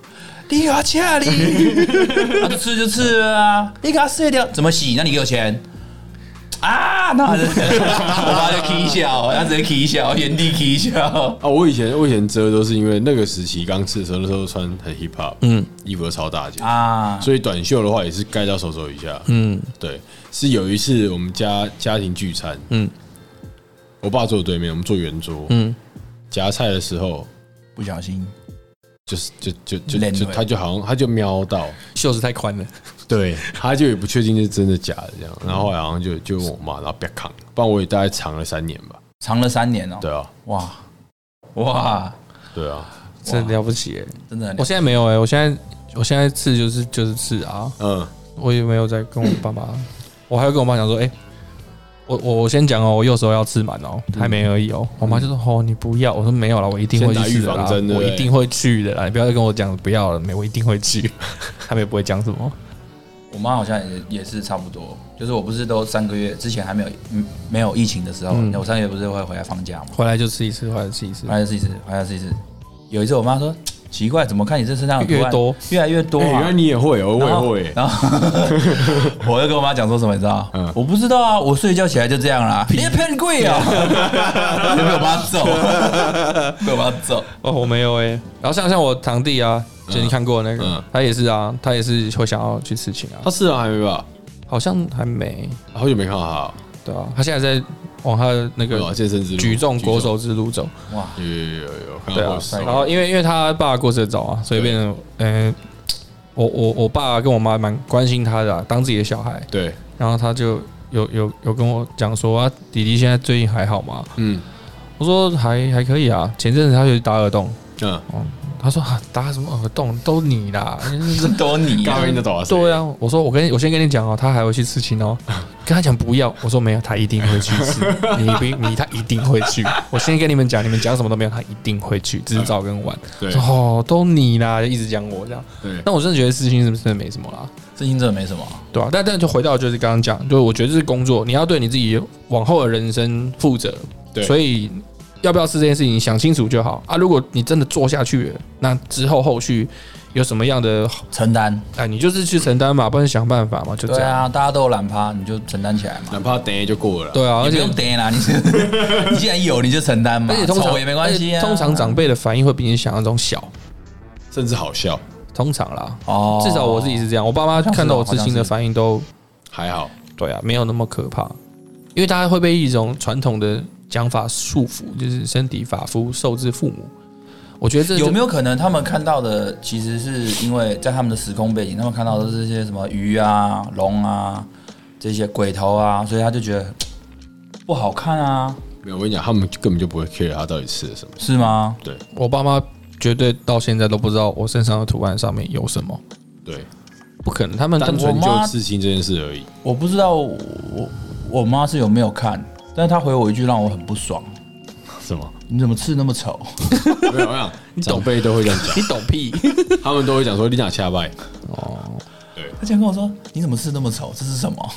你要吃啊你，啊就吃就吃了啊，你给他碎掉怎么洗？那你给我钱啊？那还是我妈就 k 笑，她直接 k 笑，原地 k 笑。
啊，我以前我以前遮都是因为那个时期刚刺的时候，那时候穿很 hip hop，嗯，衣服都超大件，
啊，
所以短袖的话也是盖到手肘以下。嗯，对，是有一次我们家家庭聚餐，
嗯
嗯，我爸坐我对面，我们坐圆桌，
嗯
嗯，夹菜的时候
不小心
就是就就就
冷
就
了
他就好像他就瞄到，
袖子太宽了，
对，他就也不确定是真的假的这样，然后后来好像就就问我妈，然后别扛，不然我也大概藏了三年吧。
藏了三年哦、
对啊，
哇哇，
对啊，
真的了不起、欸。
真的很
我现在没有哎、我现在我现在刺就是就是刺啊，
嗯，
我也没有在跟我爸妈，我还要跟我妈讲说，哎、我我我先讲哦，我右手要刺满哦，还没而已哦。我妈就说，哦，你不要。我说没有了，我一定会
先打
去
预
的啦
防针对
我
不对
一定会去的啦。你不要再跟我讲不要了，没，我一定会去。他们也不会讲什么。
我妈好像也也是差不多，就是我不是都三个月之前还没有嗯没有疫情的时候，我三个月不是会回来放假吗？
回来就吃一次，回来吃一次
回。来试一次，回来试一次。有一次我妈说奇怪，怎么看你这身上的图案
越多
越来越多、
哎，
啊
原来你也会哦，我
然
也
后
会，
然后我就跟我妈讲说什么，你知道？
嗯
我不知道啊，我睡觉起来就这样啦。你也骗贵啊！就被我妈揍，被我妈揍。
哦，我没有哎、然后像像我堂弟啊，就你看过那个，
嗯
他也是啊，他也是会想要去刺青啊
他，刺了还没吧？
好像还没
好久没看到他哦，
对啊，他现在在往他的那
对啊吧？
个
健身之路
举重国手之路走。
哇，
有有有有有看
对
到
啊
过手，
然后因为因为他爸过世的早啊，所以变成嗯、呃我我我爸跟我妈蛮关心他的、啊，当自己的小孩。
对，
然后他就有有有跟我讲说啊，弟弟现在最近还好吗？
嗯
我说还还可以啊，前阵子他就去打耳洞，
嗯，
他说啊打什么耳洞都你啦，
这都你啊
高音的抖啊，
对啊，我说我跟我先跟你讲哦，他还会去刺青 哦。跟他讲不要，我说没有，他一定会去 刺。你不你他一定会去。我先跟你们讲，你们讲什么都没有，他一定会去，只是找我跟玩。
对
说哦，都你啦，一直讲我这样。
对，
但我真的觉得刺青是不是真的没什么啦？
真心真的没什么。
对啊，但但就回到就是刚刚讲，就是我觉得这是工作，你要对你自己往后的人生负责。
对
所以要不要吃这件事情，想清楚就好啊。如果你真的做下去了，那之后后续有什么样的
承担。
哎，你就是去承担嘛，不然想办法嘛，就这
对
样。
啊，大家都有懒趴，你就承担起来嘛。
哪怕等一下就过了啦，
对啊，而
你不
且
用担啦，你 你既然有你就承担嘛，
而且通常
丑也没关系
而
啊。
且通常长辈的反应会比你想象中小，
甚至好笑，
通常啦，
哦
至少我自己是这样。我爸妈看到我刺青的反应都
还好，
对啊，没有那么可怕，因为大家会被一种传统的讲法束缚，就是身体发肤受之父母。我觉得这就
有没有可能他们看到的其实是因为在他们的时空背景，他们看到的是一些什么鱼啊、龙啊这些鬼头啊，所以他就觉得不好看啊，
没有，我跟你讲，他们根本就不会 care 他到底吃了什么，
是吗？
我爸妈绝对到现在都不知道我身上的图案上面有什么，
对，
不可能，他们
单
根本
纯
我妈
就刺青这件事而已，
我不知道我我妈是有没有看，但是她回我一句让我很不爽：
是吗？
你怎么吃那么丑？
没有，我想长辈都会这样
你懂屁。
讲，他们都会讲说你俩瞎掰，
她竟然跟我说：“你怎么吃那么丑？这是什么？”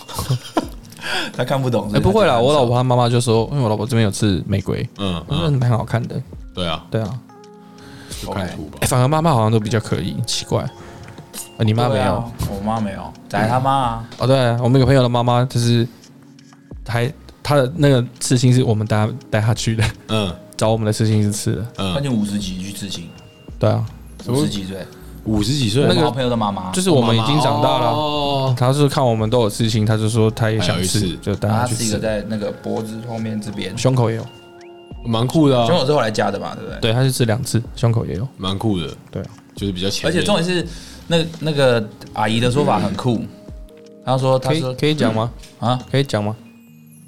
她看不懂。
哎、
所以她
不会啦，
觉得
我
很丑
老婆她妈妈就说，因为我老婆这边有刺玫瑰，
嗯
啊
嗯，
嗯，
蛮好看的。
对啊，
对啊，
就看图吧
哎、，反而妈妈好像都比较可以，奇怪。呃你妈没
对
有？
啊，我妈没有，宰他妈啊！
哦，对，我们有个朋友的妈妈就是还她的那个刺青是我们带她带她去的，
嗯
找我们的刺青师吃的。
关
嗯，
键五十几去刺青，
对啊，
么
五十几岁，
五十几岁
那
那
个
个好朋友的妈妈，
就是我们已经长大了啊。
哦，
他是看我们都有刺青，他就说他也想
还有
吃
一，次
就带
然
他
后她
去
是一
吃
个。在那个脖子后面这边，
胸口也有，
蛮酷的
胸
啊，
口是后来加的嘛，对不对？
对，他是吃两次，胸口也有。
蛮酷的，
对啊，
就是比较前
而
面，
且重点是，那那个阿姨的说法很酷，她说
嗯
她
可以
说
可以讲吗？
啊，
可以讲吗？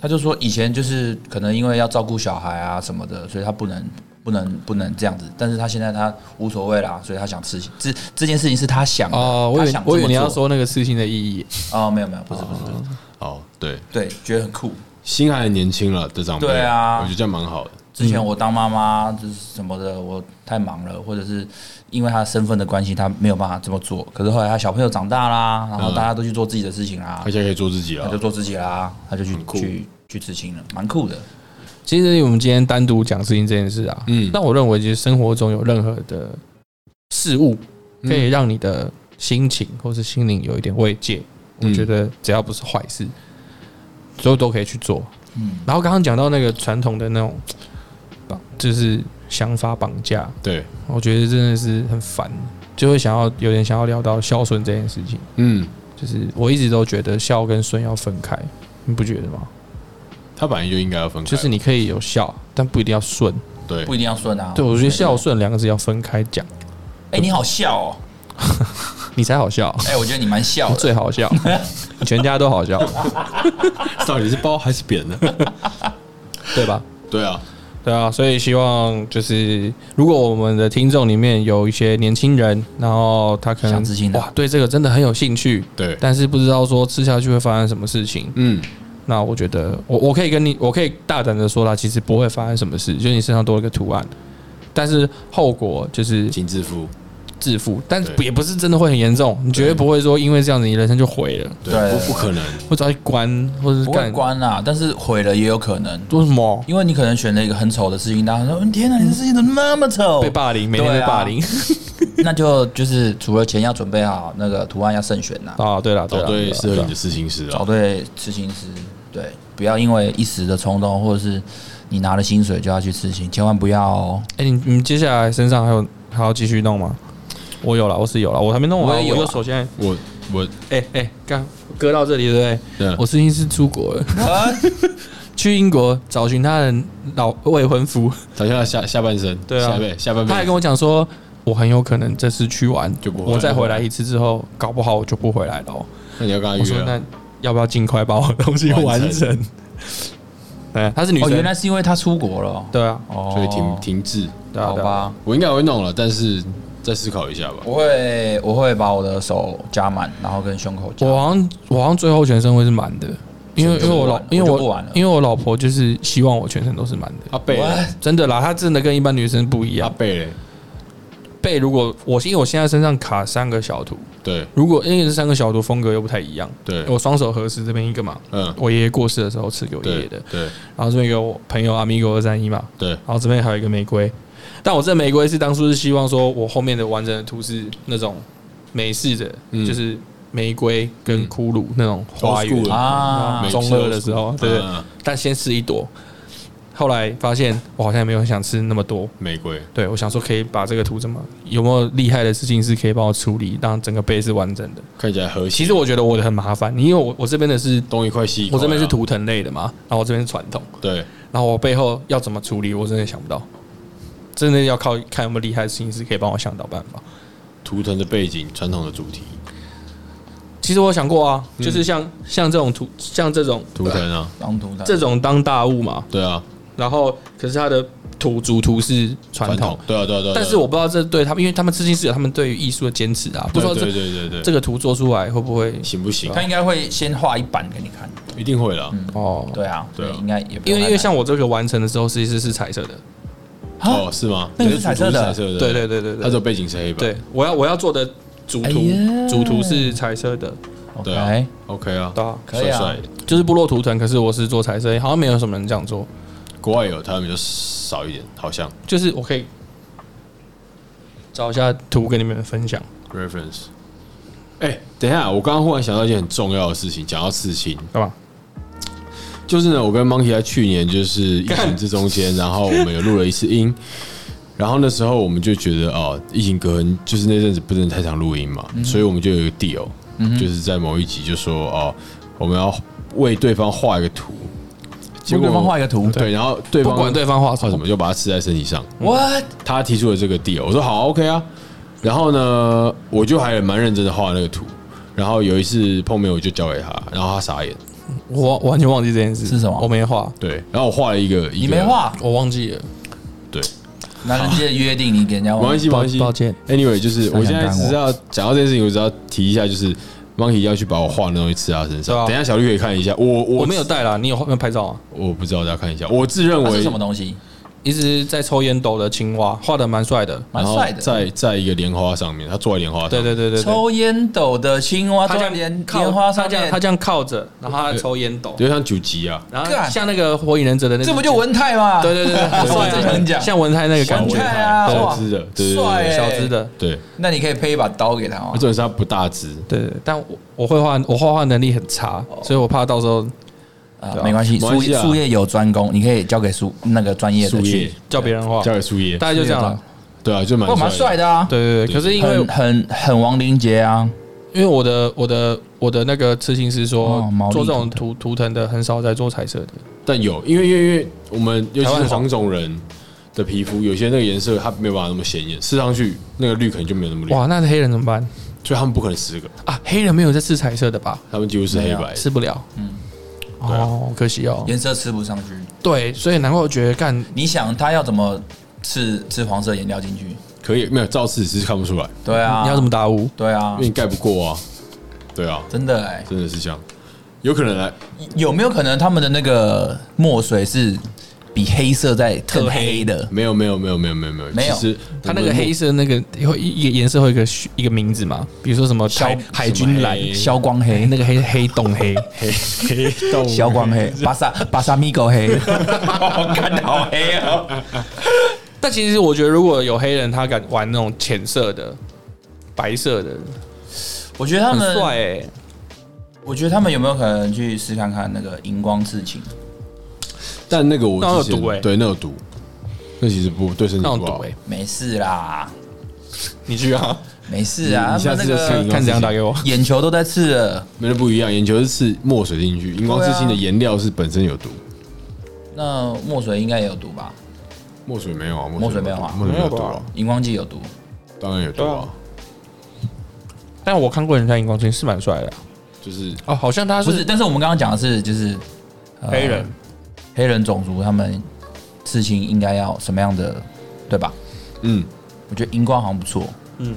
她就说以前就是可能因为要照顾小孩啊什么的，所以她不能不能不能这样子，但是她现在她无所谓啦，所以她想刺青，这这件事情是她想的
哦，我
她
以为
想这么做
我以为你要说那个刺青的意义。
哦，没有没有，不是不是不是，
哦，对，
对，觉得很酷。
心还很年轻了的长辈，
对啊
我觉得这样蛮好的，
之
嗯
前我当妈妈就是什么的，我太忙了，或者是因为她身份的关系，她没有办法这么做。可是后来她小朋友长大啦，
嗯
然后大家都去做自己的事情啦
他，现在可以做自己
她
了
就，做自己啦，她就去
嗯
很酷
去去执行了，蛮酷的。
其实我们今天单独讲刺青这件事啊，
嗯
但我认为其实生活中有任何的事物可以让你的心情或是心灵有一点慰藉，我
嗯
觉得只要不是坏事，所有都可以去做。
嗯，
然后刚刚讲到那个传统的那种，绑就是想法绑架，
对，
我觉得真的是很烦，就会想要有点想要聊到孝顺这件事情。
嗯，
就是我一直都觉得孝跟顺要分开，你不觉得吗？
他本来就应该要分开，
就是你可以有孝，但不一定要顺。
对
不一定要顺啊。
对，我觉得孝顺两个字要分开讲，
哎，你好笑哦！
你才好笑，
哎，我觉得你蛮笑的。
最好 笑，你全家都好笑，
到底是包还是扁 呢？
对吧？
对啊，
对啊，所以希望就是，如果我们的听众里面有一些年轻人，然后他可能
想自信的
哇，对这个真的很有兴趣，
对，
但是不知道说吃下去会发生什么事情。
嗯，
那我觉得，我我可以跟你，我可以大胆的说啦，其实不会发生什么事，就是你身上多了个图案，但是后果就是
请致富，
自负，但
对
也不是真的会很严重，你绝对不会说因为这样子你人生就毁了，
对，
对
不不可能，
或者要去关，或者是
不会
干
关啦，但是毁了也有可能，
做什么
因为你可能选了一个很丑的事情，大家说嗯天哪，你的事情怎么那么丑？
被霸凌，每天
对
被
啊
霸凌
那就就是除了钱要准备好，那个图案要慎选呐，
啊！对了，对
找
了，
对
啦
适合
啦
你的事情是
找
啊，
对刺青师，对，不要因为一时的冲动，或者是你拿了薪水就要去刺青，千万不要哦。
哎、你你接下来身上还有还要继续弄吗？我有了，我是有了，我还没弄完。
我也有啊
我手现在，
我我
哎哎，刚、割到这里，对不对？
对啊
我最近是出国了， 去英国找寻他的老未婚夫，
找一下下下半身，
对啊
下辈下半辈
他还跟我讲说，我很有可能这次去玩
就不回来
我再回来一次之后，搞不好我就不回来了哦。
那你要跟他
我说
约啊
那，要不要尽快把我的东西
完
完
成
成？对，她是女
哦，
生，
原来是因为他出国了哦，
对啊，
哦，
所以停停滞，
对啊，
好
对啊
吧，
我应该会弄了，但是再思考一下吧。
我会我会把我的手加满，然后跟胸口加。
我好像我好像最后全身会是满的，因为因
全
为
身
我老
满
因为
我就不
我
玩了
因为我老婆就是希望我全身都是满的，
阿贝嘞，
What？
真的啦，她真的跟一般女生不一
阿
样。
贝嘞，
背如果我因为我现在身上卡三个小图，
对
如果因为这三个小图风格又不太一样，
对，
我双手合十这边一个嘛，
嗯，
我爷爷过世的时候吃给我爷
对
爷的，
对
然后这边给我朋友阿米给我二三一嘛，
对，
然后这边还有一个玫瑰，但我这玫瑰是当初是希望说我后面的完整的图是那种美式的，
嗯
就是玫瑰跟
嗯
骷髅那种花园
Old school
啊
美
中
式
二
old
的时候
school，
对
嗯嗯
但先吃一朵，后来发现我好像没有很想吃那么多。
玫瑰，
对，我想说可以把这个图怎么有没有厉害的事情是可以帮我处理，让整个背是完整的。
看起来和谐。
其实我觉得我的很麻烦，因为我我这边的是
东一块西一块啊，
我这边是图腾类的嘛，然后我这边是传统，
对，
然后我背后要怎么处理，我真的想不到，真的要靠看有没有厉害的事情是可以帮我想到办法。
图腾的背景，传统的主题，
其实我有想过啊，就是像、像这种图，像这种
嗯图腾啊，
当图的
这种当大物嘛，
对啊，
然后可是它的图主图是传
传
统
统，，对啊对啊对啊。
但是我不知道这对他们，因为他们至今是有他们对于艺术的坚持啊，
不
不知道
说对
这
对对对
这
对，
个图做出来会不会
行不行
他？应该会先画一版给你看。
一定会啦。
哦？
对啊，
对啊
应该也不
因为
用
因
太
为
难
像我这个完成的时候，其实是彩色的，
啊
啊
哦，是吗？
那个是
主
彩色
图
的
彩色的，
对对对对
它
对
只有
对，
背景是黑白。
对我要我要做的主图
哎呀
主图是彩色的，
对啊
OK，
，OK 啊，
对啊，
可以
帅
啊
帅的。
就是部落图腾，可是我是做彩色，好像没有什么人这样做。
国外有，台湾比较少一点，好像
就是我可以找一下图跟你们分享。
reference。哎、等一下，我刚刚忽然想到一件很重要的事情，讲到刺青，
干嘛？
就是呢，我跟 Monkey 在去年就是疫情之中间，然后我们有录了一次音，然后那时候我们就觉得哦，疫情隔很就是那阵子不能太常录音嘛，所以我们就有一个 deal，、就是在某一集就说哦，我们要为对方画一个图，结
为对方画一个图
对，然后对方
不管对方画什
画
么
什么，就把它刺在身体上。
What？
他提出了这个 deal，我说好啊 OK 啊。然后呢，我就还蛮认真的画那个图。然后有一次碰面，我就交给他，然后他傻眼。
我完全忘记这件事
是什么
我没画，
对，然后我画了一个，
你
你
没？画，
我忘记了。
对，
男人界约定你给人家
没
画
关。系，没
抱
关系。
抱歉。
Anyway，就是我现在
干我
只是要讲到这件事情，我只要提一下，就是 Monkey 要去把我画的东西刺他身上。
对啊
等一下小绿可以看一下，我我
我没有，带啦，你有没有拍照啊？
我不知道，大家看一下。我自认
它
为
是什么东西？
一直在抽烟斗的青蛙，画的蛮帅的。
蛮
然后
帅的。
在在一个莲花上面，他坐在莲花上，
对对对对对，
抽烟斗的青蛙，
他这
在
样
莲
靠
莲花上
他这样
面
他，这样靠着，然后他在抽烟斗，
有点像九级啊，
然后
干
像那个火影忍者的那只
这不就
剑
文泰吗？
对对对对，很帅
我正想讲
像文泰那个感
文
觉，
泰啊
对
哇
小只的，对对
帅
对
欸
小只的，
对，
那你可以配一把刀给他吗
重？点是他不大只，
对对，对但我我会画，我画画能力很差，
哦
所以我怕到时候
啊
对，啊
没关系，
没关
术
系啊
术业有专攻，你可以交给术那个专业的
树叶
去。
叫别人画，
交给树叶，
大概就这样了。
对啊，就蛮
哇，蛮帅
的。
的啊，
对对对，可是因为
很很很王林杰啊，
因为我的我的我的那个刺青师说
哦毛，利
做这种图图腾的很少在做彩色的，
但有，因为因为因为我们尤
台
其
湾
是
很少
黄种人的皮肤，有些那个颜色它没有办法那么显眼，吃上去那个绿可能就没有那么绿，
哇，那黑人怎么办
所以他们不可能十个，
啊？黑人没有在刺彩色的吧？
他们几乎是黑白的。
吃不了，嗯
嗯，
哦，可惜哦，
颜色吃不上去。
对，所以难怪我觉得干
你想他要怎么吃吃黄色颜料进去？
可以没有照刺只是看不出来，
对啊，
嗯你要怎么打五？
对啊
因为，你盖不过啊。对啊，
真的哎，
真的是这样，有可能啊来
有没有可能他们的那个墨水是比黑色在更黑的？
没有没有没有没有没有没有，
没有
其实
它那
我
个
们
黑色那个会一个颜色会有一个一个名字嘛？比如说什么
消
海海军蓝，
什么黑
消光 黑，
那个黑黑洞 黑，
黑黑洞
消 光黑，巴萨巴萨米狗黑，我看好黑
啊
哦。
但其实我觉得，如果有黑人他敢玩那种浅色的、白色的，
我觉得他
很
们，
帅哎、
我觉得他们有没有可能去试看看那个荧光刺青？
但那个我
那有
之前
毒欸
对，那有毒，那其实不对身体
那种
不
毒
好
哎、。
没事啦，
你去啊，
没事啊，
你
他
下
们
次
那
就看
个
看怎样打给我。
眼球都在刺了。
没得不一样，眼球是刺墨水进去，荧光刺
啊
青的颜料是本身有毒，
那墨水应该也有毒吧？
墨水没有啊，
墨水没有啊
墨水没有毒
没有
啊，
荧光剂有毒，
当然有毒啊，
但我看过人家荧光镜是蛮帅的啊、
就是
哦，好像他
不是？
是
但是我们刚刚讲的是就是、呃
黑人，
黑人种族他们刺青应该要什么样的，对吧？
嗯，
我觉得荧光好像不错。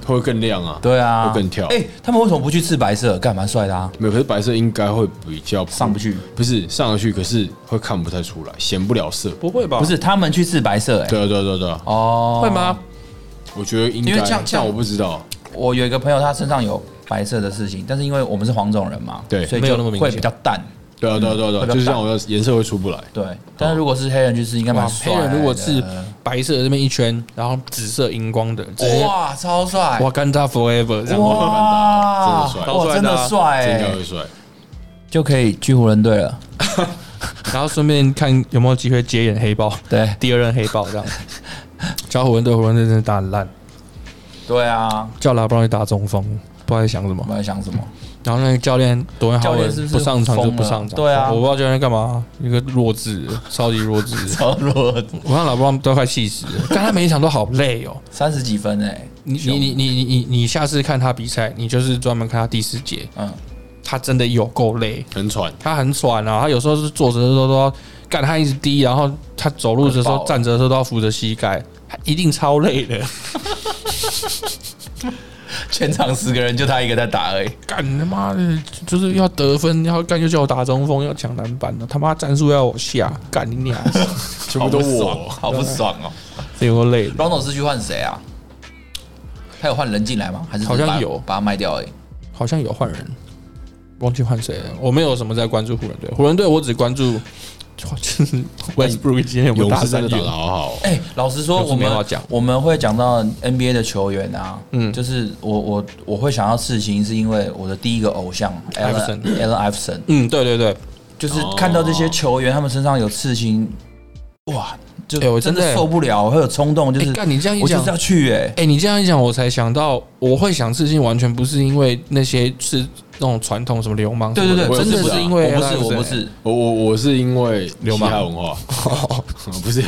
会更亮啊，
对啊，
会更跳
哎、他们为什么不去刺白色？干蛮帅的啊，
没有，可是白色应该会比较
上不，去。
不是上得去，可是会看不太出来，显不了色。
不会吧？
不是他们去刺白色、哎，
对啊，对啊，对啊，对啊，
哦，
会吗？？
我觉得应该
因为这样，这
但
样
我不知道，
我有一个朋友，他身上有白色的事情，但是因为我们是黄种人嘛，
对
所以
没有
就
那么明显
会比较淡。
对啊，对啊，对啊，对啊，
嗯会比较
就是
淡
像我要颜色会出不来，
对，但是如果是黑人去刺，应该
哇，
蛮帅
黑
的。
人如果是白色的这边一圈，然后紫色荧光的，直接
哇，超帅！
哇干他 forever 这样。
哇，
真的帅
哇，真的帅
这应该
哎
会，帅。
就可以去湖人队了。
然后顺便看有没有机会接演黑豹，
对，
第二任黑豹这样。 教湖人队，湖人队真的打很烂，
对啊，
叫拉布朗去打中锋，不知道在想什么
我。在想什么？
然后那个教练多恩
教
浩
练
文
是不是
不上场就不上
疯
场，
了对啊
我不知道教练在干嘛，一个弱智，超级弱智。
超弱，
我看老布朗都快气死了，但他每一场都好累哦。
三十几分哎，
你你你你你你你下次看他比赛，你就是专门看他第四节，
嗯，
他真的有够累，
很喘，
他很喘啊，他有时候是坐着的时候都要干，他一直低，然后他走路的时
快爆
候
了
站着的时候都要扶着膝盖，他一定超累的。
全场十个人就他一个在打而已。
干他妈的，就是要得分，要干就叫我打中锋，要抢篮板的，啊他妈战术要我下，干你 俩，
全部都
爽，
我。
好不爽哦。
这有够累的。
朗总是去换谁啊？他有换人进来吗？还是
好像
把
有
把他卖掉而已？
好像有换人，忘记换谁了。我没有什么在关注湖人队，湖人队我只关注 Westbrook 今天有没
勇
有打
士真
三
的打
元
得？好好哦，
哎、老实说，
有什
我
么
们
要讲
我们会讲到 NBA 的球员啊，
嗯
嗯，就是我我我会想要刺青，是因为我的第一个偶像
Iverson
Allen Allen Iverson，
嗯，对对对，
就是
哦
看到这些球员他们身上有刺青，哇，就
哎我
真
真
的
的
受不了，会有冲动，就
哎
是，
干你这样一
我就
讲
是，要去哎、
哎，你这样一讲，我才想到，我会想刺青，完全不是因为那些是那种传统什么流氓什
对
么的，
对对，
我也
真的
是
不
啊
是因为
我不是我不
Allen
是，
我我我是因为
流
嘻
氓
哈文化， 不是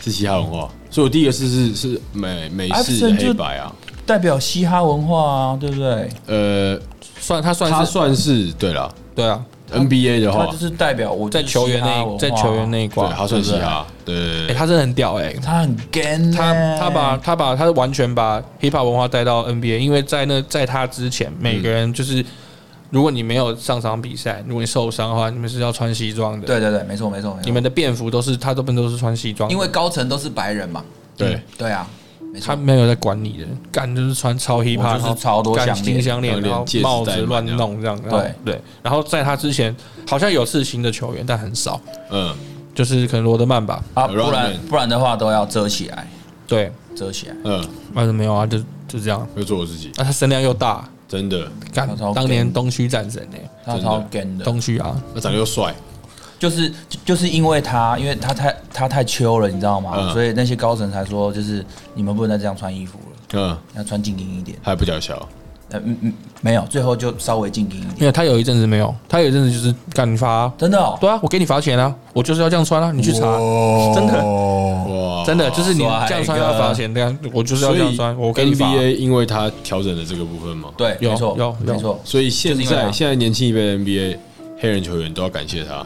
是嘻哈文化，所以我第一个是是是美美式
Iverson 就
黑白啊，
代表嘻哈文化啊，对不对？
呃，
算他算
他
是
算是对了
对啊，
，NBA 的
他
话
就，是代表我
在
就是
球员
嘻哈文
那
化啊
在球员，那一
对，
挂，
他算嘻哈，啊对
哎，，他真的很屌哎，
他很 gan，
他
欸
他把他把他完全把 hip hop 文化带到 NBA，因为在那在他之前，每
嗯
个人就是，如果你没有上场比赛，如果你受伤的话，你们是要穿西装的。，
对对对，没错没错，没错
你们的便服都是他这边都是穿西装的，
因为高层都是白人嘛，
对，
对啊，没错
他。没有在管你的，干就是穿超 hip
我
hop，
就是超多
干
项链
金项链，
然后
然后
戒指
帽
戴
子
满
乱
这样
弄这样。然后
对
对，然后在他之前好像有刺青的球员，但很少，
嗯，
就是可能罗德曼吧。
啊，
Around
不然
man
不然的话都要遮起来，
对，
遮起来。
嗯，
反正没有啊，就就这样。
就做我自己，
啊，他身量又大，
真的，
干
他超
当年
gang
东区战神哎、
他
真的
超 gan 的，
东区啊，
他长得又帅，
就是就就是因为他，因为他太他太秋了，你知道吗？
嗯
所以那些高层才说，就是你们不能再这样穿衣服了，
嗯，
要穿静音一点。
还不叫小，
呃嗯嗯，没有，最后就稍微静音一
没
点。
有，他有一阵子没有，他有一阵子就是干你罚、啊，
真的哦，
对啊，我给你罚钱啊，我就是要这样穿啊，你去查，真的
的。
哇，
真的就是你
帅
这样穿
哥
要罚钱，对啊，我就是要
所
这样
以
穿，我给你罚。
NBA 因为他调整了这个部分嘛，
对，
有
没
有
错，
有
没错。
所以现
就是因为
在
他
现在年轻一辈的 NBA 黑人球员都要感谢他，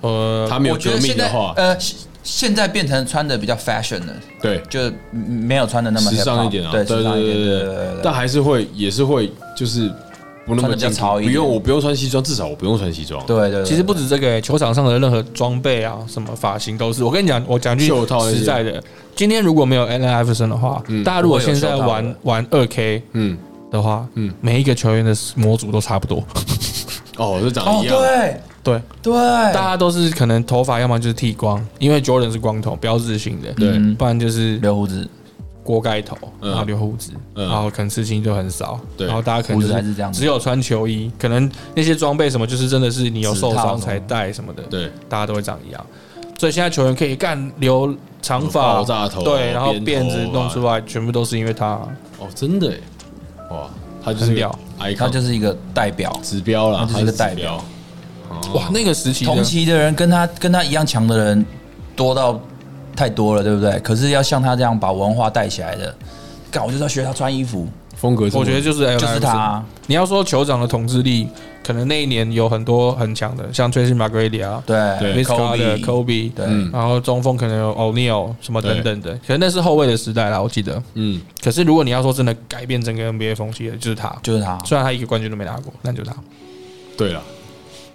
呃，
他没有
我觉
革
得
命
现
的
在
话，
呃，现现在变成穿的比较 fashion 了，
对，
就嗯没有穿的那么
时
hip hop，
尚一点啊，
对，时
对
尚一点，
对
对对
对
对对。
但还是会也是会就是不那
穿
么
得比较
进步
潮一
不
点
用我不用穿西装，至少我不用穿西装，
对对对，
其实不止这个、欸，球场上的任何装备啊，什么发型都是。我跟你讲，我讲句
袖套那些
实在的，今天如果没有 Allen Iverson 的话，大家如果现在
不会有袖套
玩
的
玩二 K
嗯，
的话，
嗯
每一个球员的模组都差不多，
哦，这长
哦
得一，样，
对
对，
对，
大家都是可能头发要么就是剃光，因为 Jordan 是光头，标志性的，
对
嗯
不然就是
留胡子，
锅盖头，
嗯
然后留胡子，
嗯
然后可能刺青就很少，
对
然后大家可能就
胡子还是这样子
只有穿球衣，可能那些装备什么就是真的是你有受伤才带什么的，
对，
大家都会长一样。所以现在球员可以干留长发、
爆炸
啊
头
对，然后
辫
辫
头
子弄出来，全部都是因为他。
哦，真的耶，哇，他就是
很
个
屌
icon，
他就是一个代表。
指标啦，他
他就是个
指
代
标
表，
哇，那个时期的
同期的人跟他跟他一样强的人多到太多了，对不对？可是要像他这样把文化带起来的，干我就是要学他穿衣服，
风格这么，
我觉得就是
就是他、啊
你要说酋长的统治力，可能那一年有很多很强的，像 Tracy McGrady 啊
对
对
m i s c a r d e r
，Kobe，
Kobe，
对，
嗯
然后中锋可能有 O'Neal 什么等等的，可能那是后卫的时代啦，我记得。
嗯，
可是如果你要说真的改变整个 NBA 风气的，就是他。
就是他
虽然他一个冠军都没拿过，那就是他。
对了，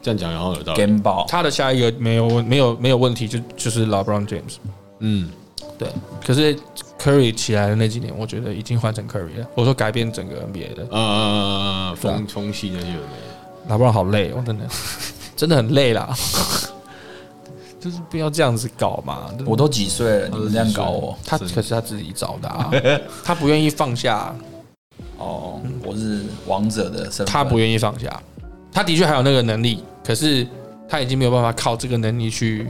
这样讲然后有道理，
，Game Ball，
他的下一个没有问没有没有问题，就就是 LeBron James。
嗯，
对，可是 Curry 起来的那几年，我觉得已经换成 Curry 了。我说改变整个 NBA 的
呃，
啊
风风系那些有没
LeBron 好累哦， 真的真的很累啦。就是不要这样子搞嘛，对不对
我都几岁了，你们这样搞我，
他可是他自己找的、 啊，他不愿意放下，
哦，我是王者的身份，
他不愿意放下，他的确还有那个能力，可是他已经没有办法靠这个能力去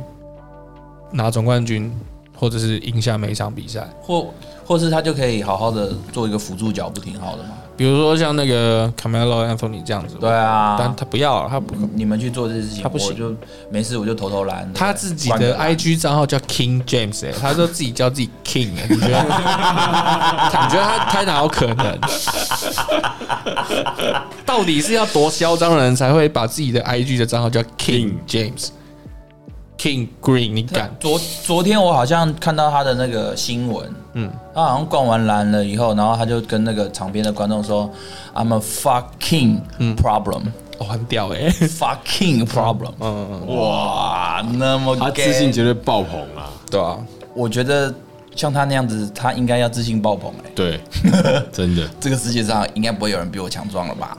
拿总冠军，或者是赢下每一场比赛。
或或是他就可以好好的做一个辅助脚，不挺好的吗？
比如说像那个 Camelo Anthony 这样子，
对，啊
但，他不要，他不
你们去做这些事情，
他不行
我就没事，我就投投篮。对不对
他自己
灌个
的
篮
IG 账号叫 King James，、欸、他说自己叫自己 King，、欸、你觉得？ 他你觉得他他哪有可能？到底是要多嚣张的人才会把自己的 IG 的账号叫 King James？King Green，你敢？
昨昨天我好像看到他的那个新闻，嗯，他好像灌完篮了以后，然后他就跟那个场边的观众说：“I'm a fucking problem,、
哦，很屌哎、欸！
fucking problem。”
嗯，
哇，那么
他
gay
自信绝对爆棚啦，
对啊，
我觉得像他那样子，他应该要自信爆棚哎、
对，真的，
这个世界上应该不会有人比我强壮了吧？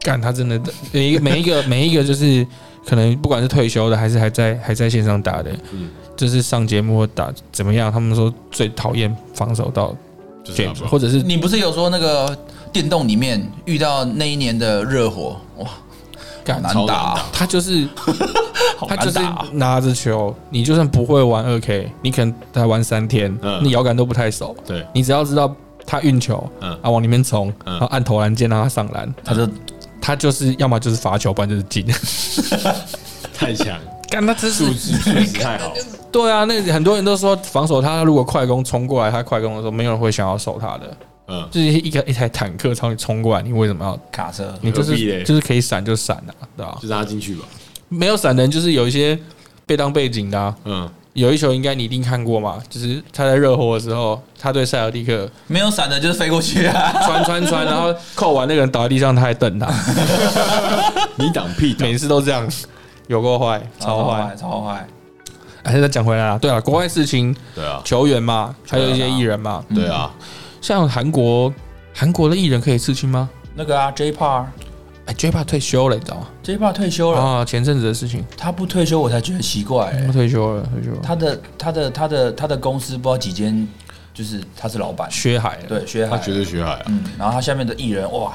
干他真的每一个每一个 每一个就是可能不管是退休的还是还在还在线上打的，
嗯
就是上节目或打怎么样，他们说最讨厌防守到
就是
卷
打不
或
好。
者是
你不是有说那个电动里面遇到那一年的热火，哇，
干
好难
超难
打
打
啊，
他 就是
好
他就
难
是
打啊。
拿着球，你就算不会玩二 K，你可能才玩三天，
嗯
你摇杆都不太熟，
对，
你只要知道他运球，
嗯
啊往里面冲，
嗯
然后按投篮键让他上篮，
他就
他就是要么就是罚球，不然就是进。
太 强，
干他真
素
是
质素质太好，
对啊，那很多人都说防守他，如果快攻冲过来，他快攻的时候，没有人会想要守他的，
嗯，
就是一个一台坦克朝你冲过来，你为什么要？
卡车，
你就
何必嘞
是就是可以闪就闪啊，对吧、
就让他进去吧，
没有闪的人就是有一些被当背景的、啊，
嗯，
有一球应该你一定看过嘛，就是他在热火的时候，他对塞尔蒂克
没有闪的就是飞过去啊。
穿穿穿，然后扣完那个人倒在地上，他还瞪他，
你挡屁挡
每，次都这样，有够坏，超坏。，
超坏！
还是再讲回来啊，对啊，国外事情，
对啊，
球员嘛，还有一些艺人嘛，
对啊，
嗯
像韩国，韩国的艺人可以刺青吗？
那个啊，J Par，J
哎 j p a 退休了，你知道吗？
Par 退休了，
啊，前阵子的事情，
他不退休我才觉得奇怪欸、
哎他退休了，退休了，
他的他的他的他的公司不知道几间，就是他是老板，
缺海了。
对，薛
他
海，
绝对学海啊，
嗯，然后他下面的艺人哇，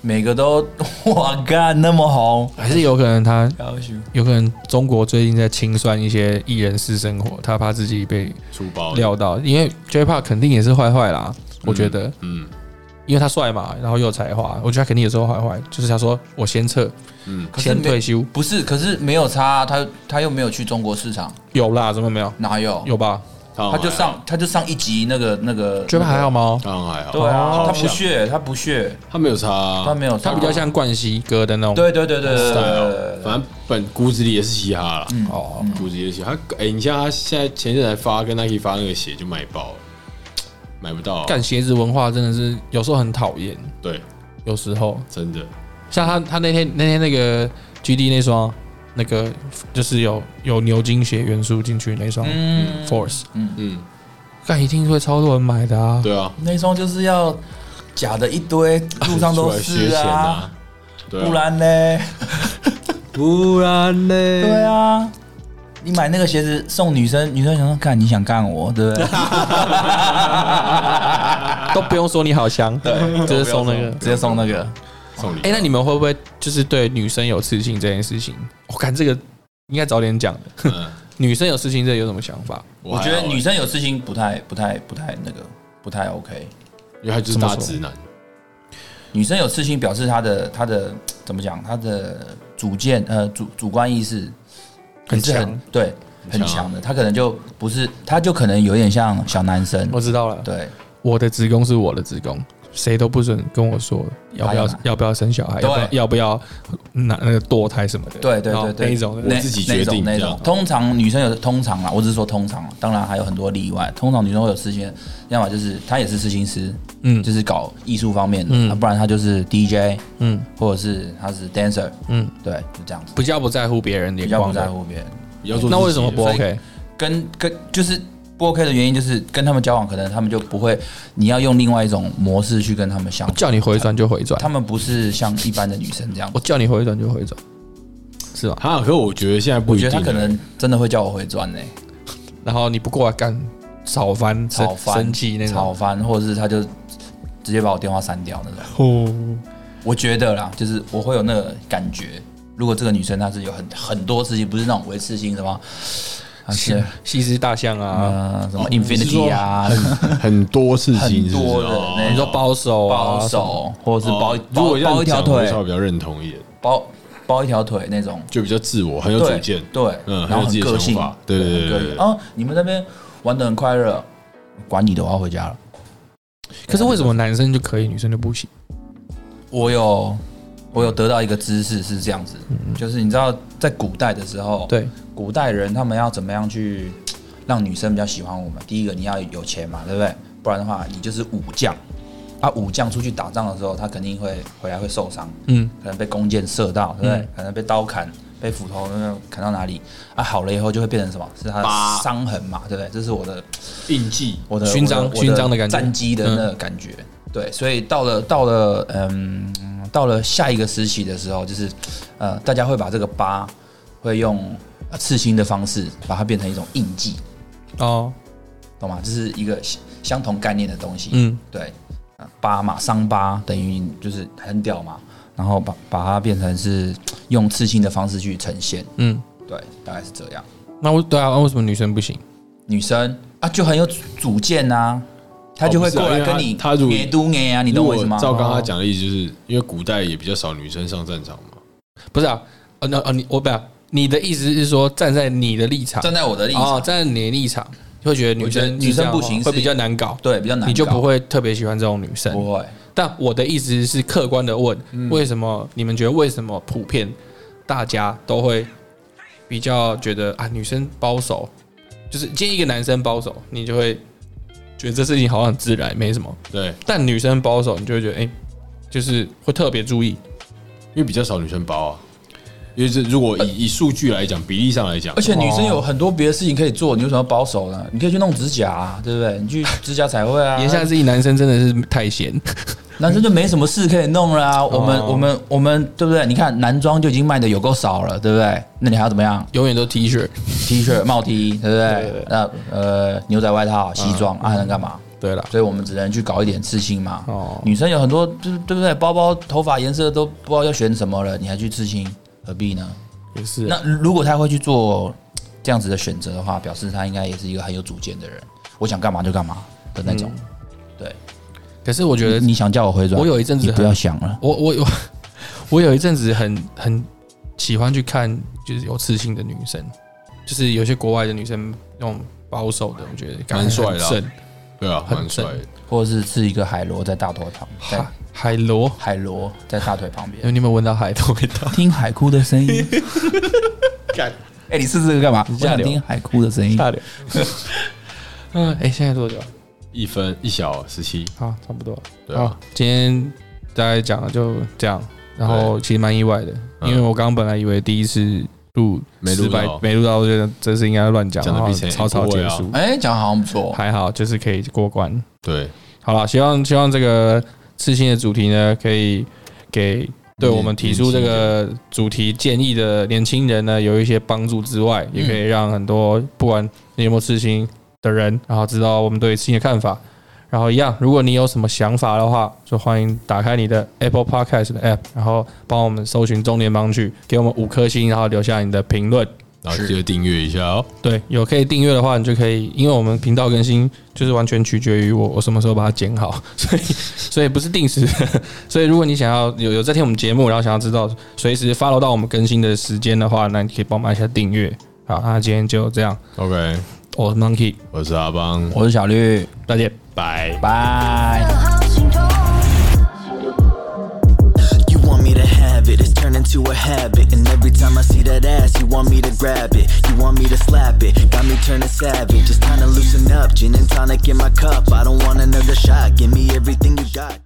每个都哇干那么红，
还是有可能他
要求
有可能中国最近在清算一些艺人私生活，他怕自己被
出包的，
料到，因为 J p a 肯定也是坏坏啦，我觉得，
嗯
因为他帅嘛，然后又有才华，我觉得他肯定有时候坏坏，就是他说我先撤，
嗯，
可是
先
没
退休，
不是，可是没有差啊，他他又没有去中国市场，
有啦，怎么没有？
哪有？
有吧
他
他
好像
就
还好，
上他就上一集那个那个
？J p a 还好吗？
他好像还好，
对啊，他
好
不
像
屑，他不屑，
他没有差啊，
他没有差，
他比较像冠希哥的那种，
对对对对对对
style
对对，
呃反正本骨子里也是嘻哈啦，
嗯
哦，
骨子里也是嘻哈。他哎、你像他现在前阵才发跟 Nike 发那个鞋就卖爆了，买不到、啊
干鞋子文化真的是有时候很讨厌，
对，
有时候
真的，
像他他那天那天那个 GD 那双，那个就是有有牛津鞋元素进去那双
嗯
Force，
嗯，
干一定会超多人买的啊，
对啊，
那一双就是要假的一堆，路上都
出来
是
削钱
啊，
啊，对啊，
不然呢？
不然呢？
对啊，你买那个鞋子送女生，女生想说干你想干我，对不对？啊
都不用说你好香，对，就是送那个
直。接送那个，
送礼，
哎、那你们会不会就是对女生有刺青这件事情？我、看这个应该早点讲的。
嗯
女生有刺青这有什么想法？
我
我觉得女
生，
生有事情不太不太不太那个不太 OK。
因为他就是大直男，
女生有事情表示她的她的怎么讲，她的主见呃主主观意识
很
也是
强
对，
很
很
强啊
强的。她可能就不是，她就可能有点像小男生，
我知道了，
对
我的子宫是我的子宫，谁都不准跟我说要不
还有
要
吗
要不要生小孩，
对
要不要要不要拿那个堕胎什么的。
对对
然后
哦
对对，
那一种的。
那
自己决定
那
这样
种那种。通常女生有通常啦，我只是说通常啦，当然还有很多例外。通常女生会有事情，要么就是她也是事情师，
嗯
就是搞艺术方面的，
嗯
啊不然她就是 DJ，
嗯
或者是她是 dancer，
嗯，
对，就这样子，
比较不在乎别人眼
比较
光
不
的
在乎别人。
比较做自己的。
那为什么不
所以
OK？
跟跟就是不 OK 的原因就是跟他们交往，可能他们就不会，你要用另外一种模式去跟他们相处。
叫你回转就回转，
他们不是像一般的女生这样
我，叫你回转就回转，是吧？
啊？可是我觉得现在不
我
一
觉
定
得
欸，
她可能真的会叫我回转呢、
然后你不过来干，吵翻生
吵翻
生气那
吵
种。
翻，或者是她就直接把我电话删掉那种。
哦，
我觉得啦，就是我会有那个感觉。如果这个女生她是有很很多事情，不是那种维持性什么，而
西
且
西施大象啊，
呃什么
哦啊你是说
infinity 啊，
很多事情
很
是不是
多的
哦
那
你说包手啊，
包手或者是
哦
包
如
包
果
包一条
这样讲我稍微
腿，
比较认同一点，
包包一条腿那种，
就比较自我，很有主
对
见，
对，
嗯，
然
很
后
有自
很
己
个
的想
性，
法，对对对
很个
对
性
对，对
啊，你们那边玩的很快乐，管你的，我要回家了。
可是为什么男生就可以，女生就不行？
我有我有得到一个知识是这样子，就是你知道在古代的时候，
对，
古代人他们要怎么样去让女生比较喜欢我们？第一个你要有钱嘛，对不对？不然的话你就是武将，啊，武将出去打仗的时候，他肯定会回来会受伤，
嗯，
可能被弓箭射到，对不对？
嗯
可能被刀砍。被斧头那个砍到哪里啊？好了以后就会变成什么？是他
疤
的伤痕嘛，对不对？这是我的
印记，
我的
勋章
我我
勋章的感觉
战绩的那个感觉。对，所以到了到了嗯，到了下一个时期的时候，就是呃，大家会把这个疤会用呃刺青的方式把它变成一种印记，
哦，
懂吗？这是一个相相同概念的东西。
嗯，
对，啊疤嘛，伤疤等于就是很屌嘛，然后把把它变成是用刺青的方式去呈现，
嗯，
对，大概是这样。
那我对啊，那为什么女生不行？
女生啊，就很有主见呐、啊她就会过来跟你
她如
捏都捏啊，你
如
懂我
果
意思吗？
照刚刚讲的意思，就是因为古代也比较少女生上战场嘛，
不是啊，哦，那哦，你我不要，你的意思是说站在你的立场，
站在我的立场，
哦，站在你的立场，就会觉得女
我觉得
生
女生不行
会比
是
较难搞，
对，比较难搞，
你就不会特别喜欢这种女生。
不会。
但我的意思是客观的问，
嗯
为什么你们觉得为什么普遍大家都会比较觉得啊，女生保守，就是见一个男生保守，你就会觉得这事情好像很自然，没什么。
对，
但女生保守，你就会觉得哎、就是会特别注意。
因为比较少女生包啊。因为这如果以以数据来讲，比例上来讲
呃而，且女生有很多别的事情可以做，你为什么要保守呢？你可以去弄指甲、啊，对不对？你去指甲 彩绘啊。
言下之意，男生真的是太闲。
男生就没什么事可以弄了啊。我
哦
们我们我们，对不对？你看男装就已经卖的有够少了，对不对？那你还要怎么样
永远都 T 恤。
？T 恤、帽 T，对不对？那呃，牛仔外套、西装啊，还能干嘛？
对了，
所以我们只能去搞一点刺青嘛。
哦
女生有很多，对对不对？包包、头发颜色都不知道要选什么了，你还去刺青，何必呢？
也是啊
那如果他会去做这样子的选择的话，表示他应该也是一个很有主见的人，我想干嘛就干嘛的那种。对，
可是我觉得
你想嗯叫我回转，
我有一阵子
你不
很
要想了。
我我有我有一阵子很很喜欢去看，就是有刺青的女生，就是有些国外的女生那种保守的，我觉得感觉
蛮帅
很
的啊
正
对啊，
很
蛮帅的。
或者是刺一个海螺在大腿旁，在
海海螺，
海螺在大腿旁边，
你有没有闻到海的味 道？
听海哭的声音。 哎、你试这个干嘛？我
下
想
流
听海哭的声音。
流。 嗯，哎、现在多久？
一分一小时七，
好，差不多了。
对
好
啊，，
今天大概讲的就这样，然后其实蛮意外的，
嗯
因为我刚刚本来以为第一次录
没录
失败
到
没录到，我觉得这次应该乱讲，
讲得
然后
比谁
草草
不会
结
啊
束。
哎、讲得好像不错。
还好，就是可以过关。
对，
好了，希望希望这个刺青的主题呢，可以给对我们提出这个主题建议的年轻人呢，有一些帮助之外，也可以让很多不管你有没有刺青的人，然后知道我们对刺青的看法。然后一样，如果你有什么想法的话，就欢迎打开你的 Apple Podcast 的 App，然后帮我们搜寻中联帮去，给我们五颗星，然后留下你的评论。
然后记得订阅一下哦。
对，有可以订阅的话，你就可以，因为我们频道更新就是完全取决于我我什么时候把它剪好， 所以所以不是定时 的，所以如果你想要有有在听我们节目，然后想要知道随时 follow 到我们更新的时间的话，那你可以帮忙一下订阅。好，那今天就这样，
OK，
我是 Monkey，
我是阿邦，
我是小绿，
再见。
拜。
拜。
好心痛。
You want me to have it, it's turned into a habit. And every time I see that ass, you want me to grab it. You want me to slap it, got me turning savage. It's time to loosen up, gin and tonic in my cup. I don't want another shot, give me everything you got.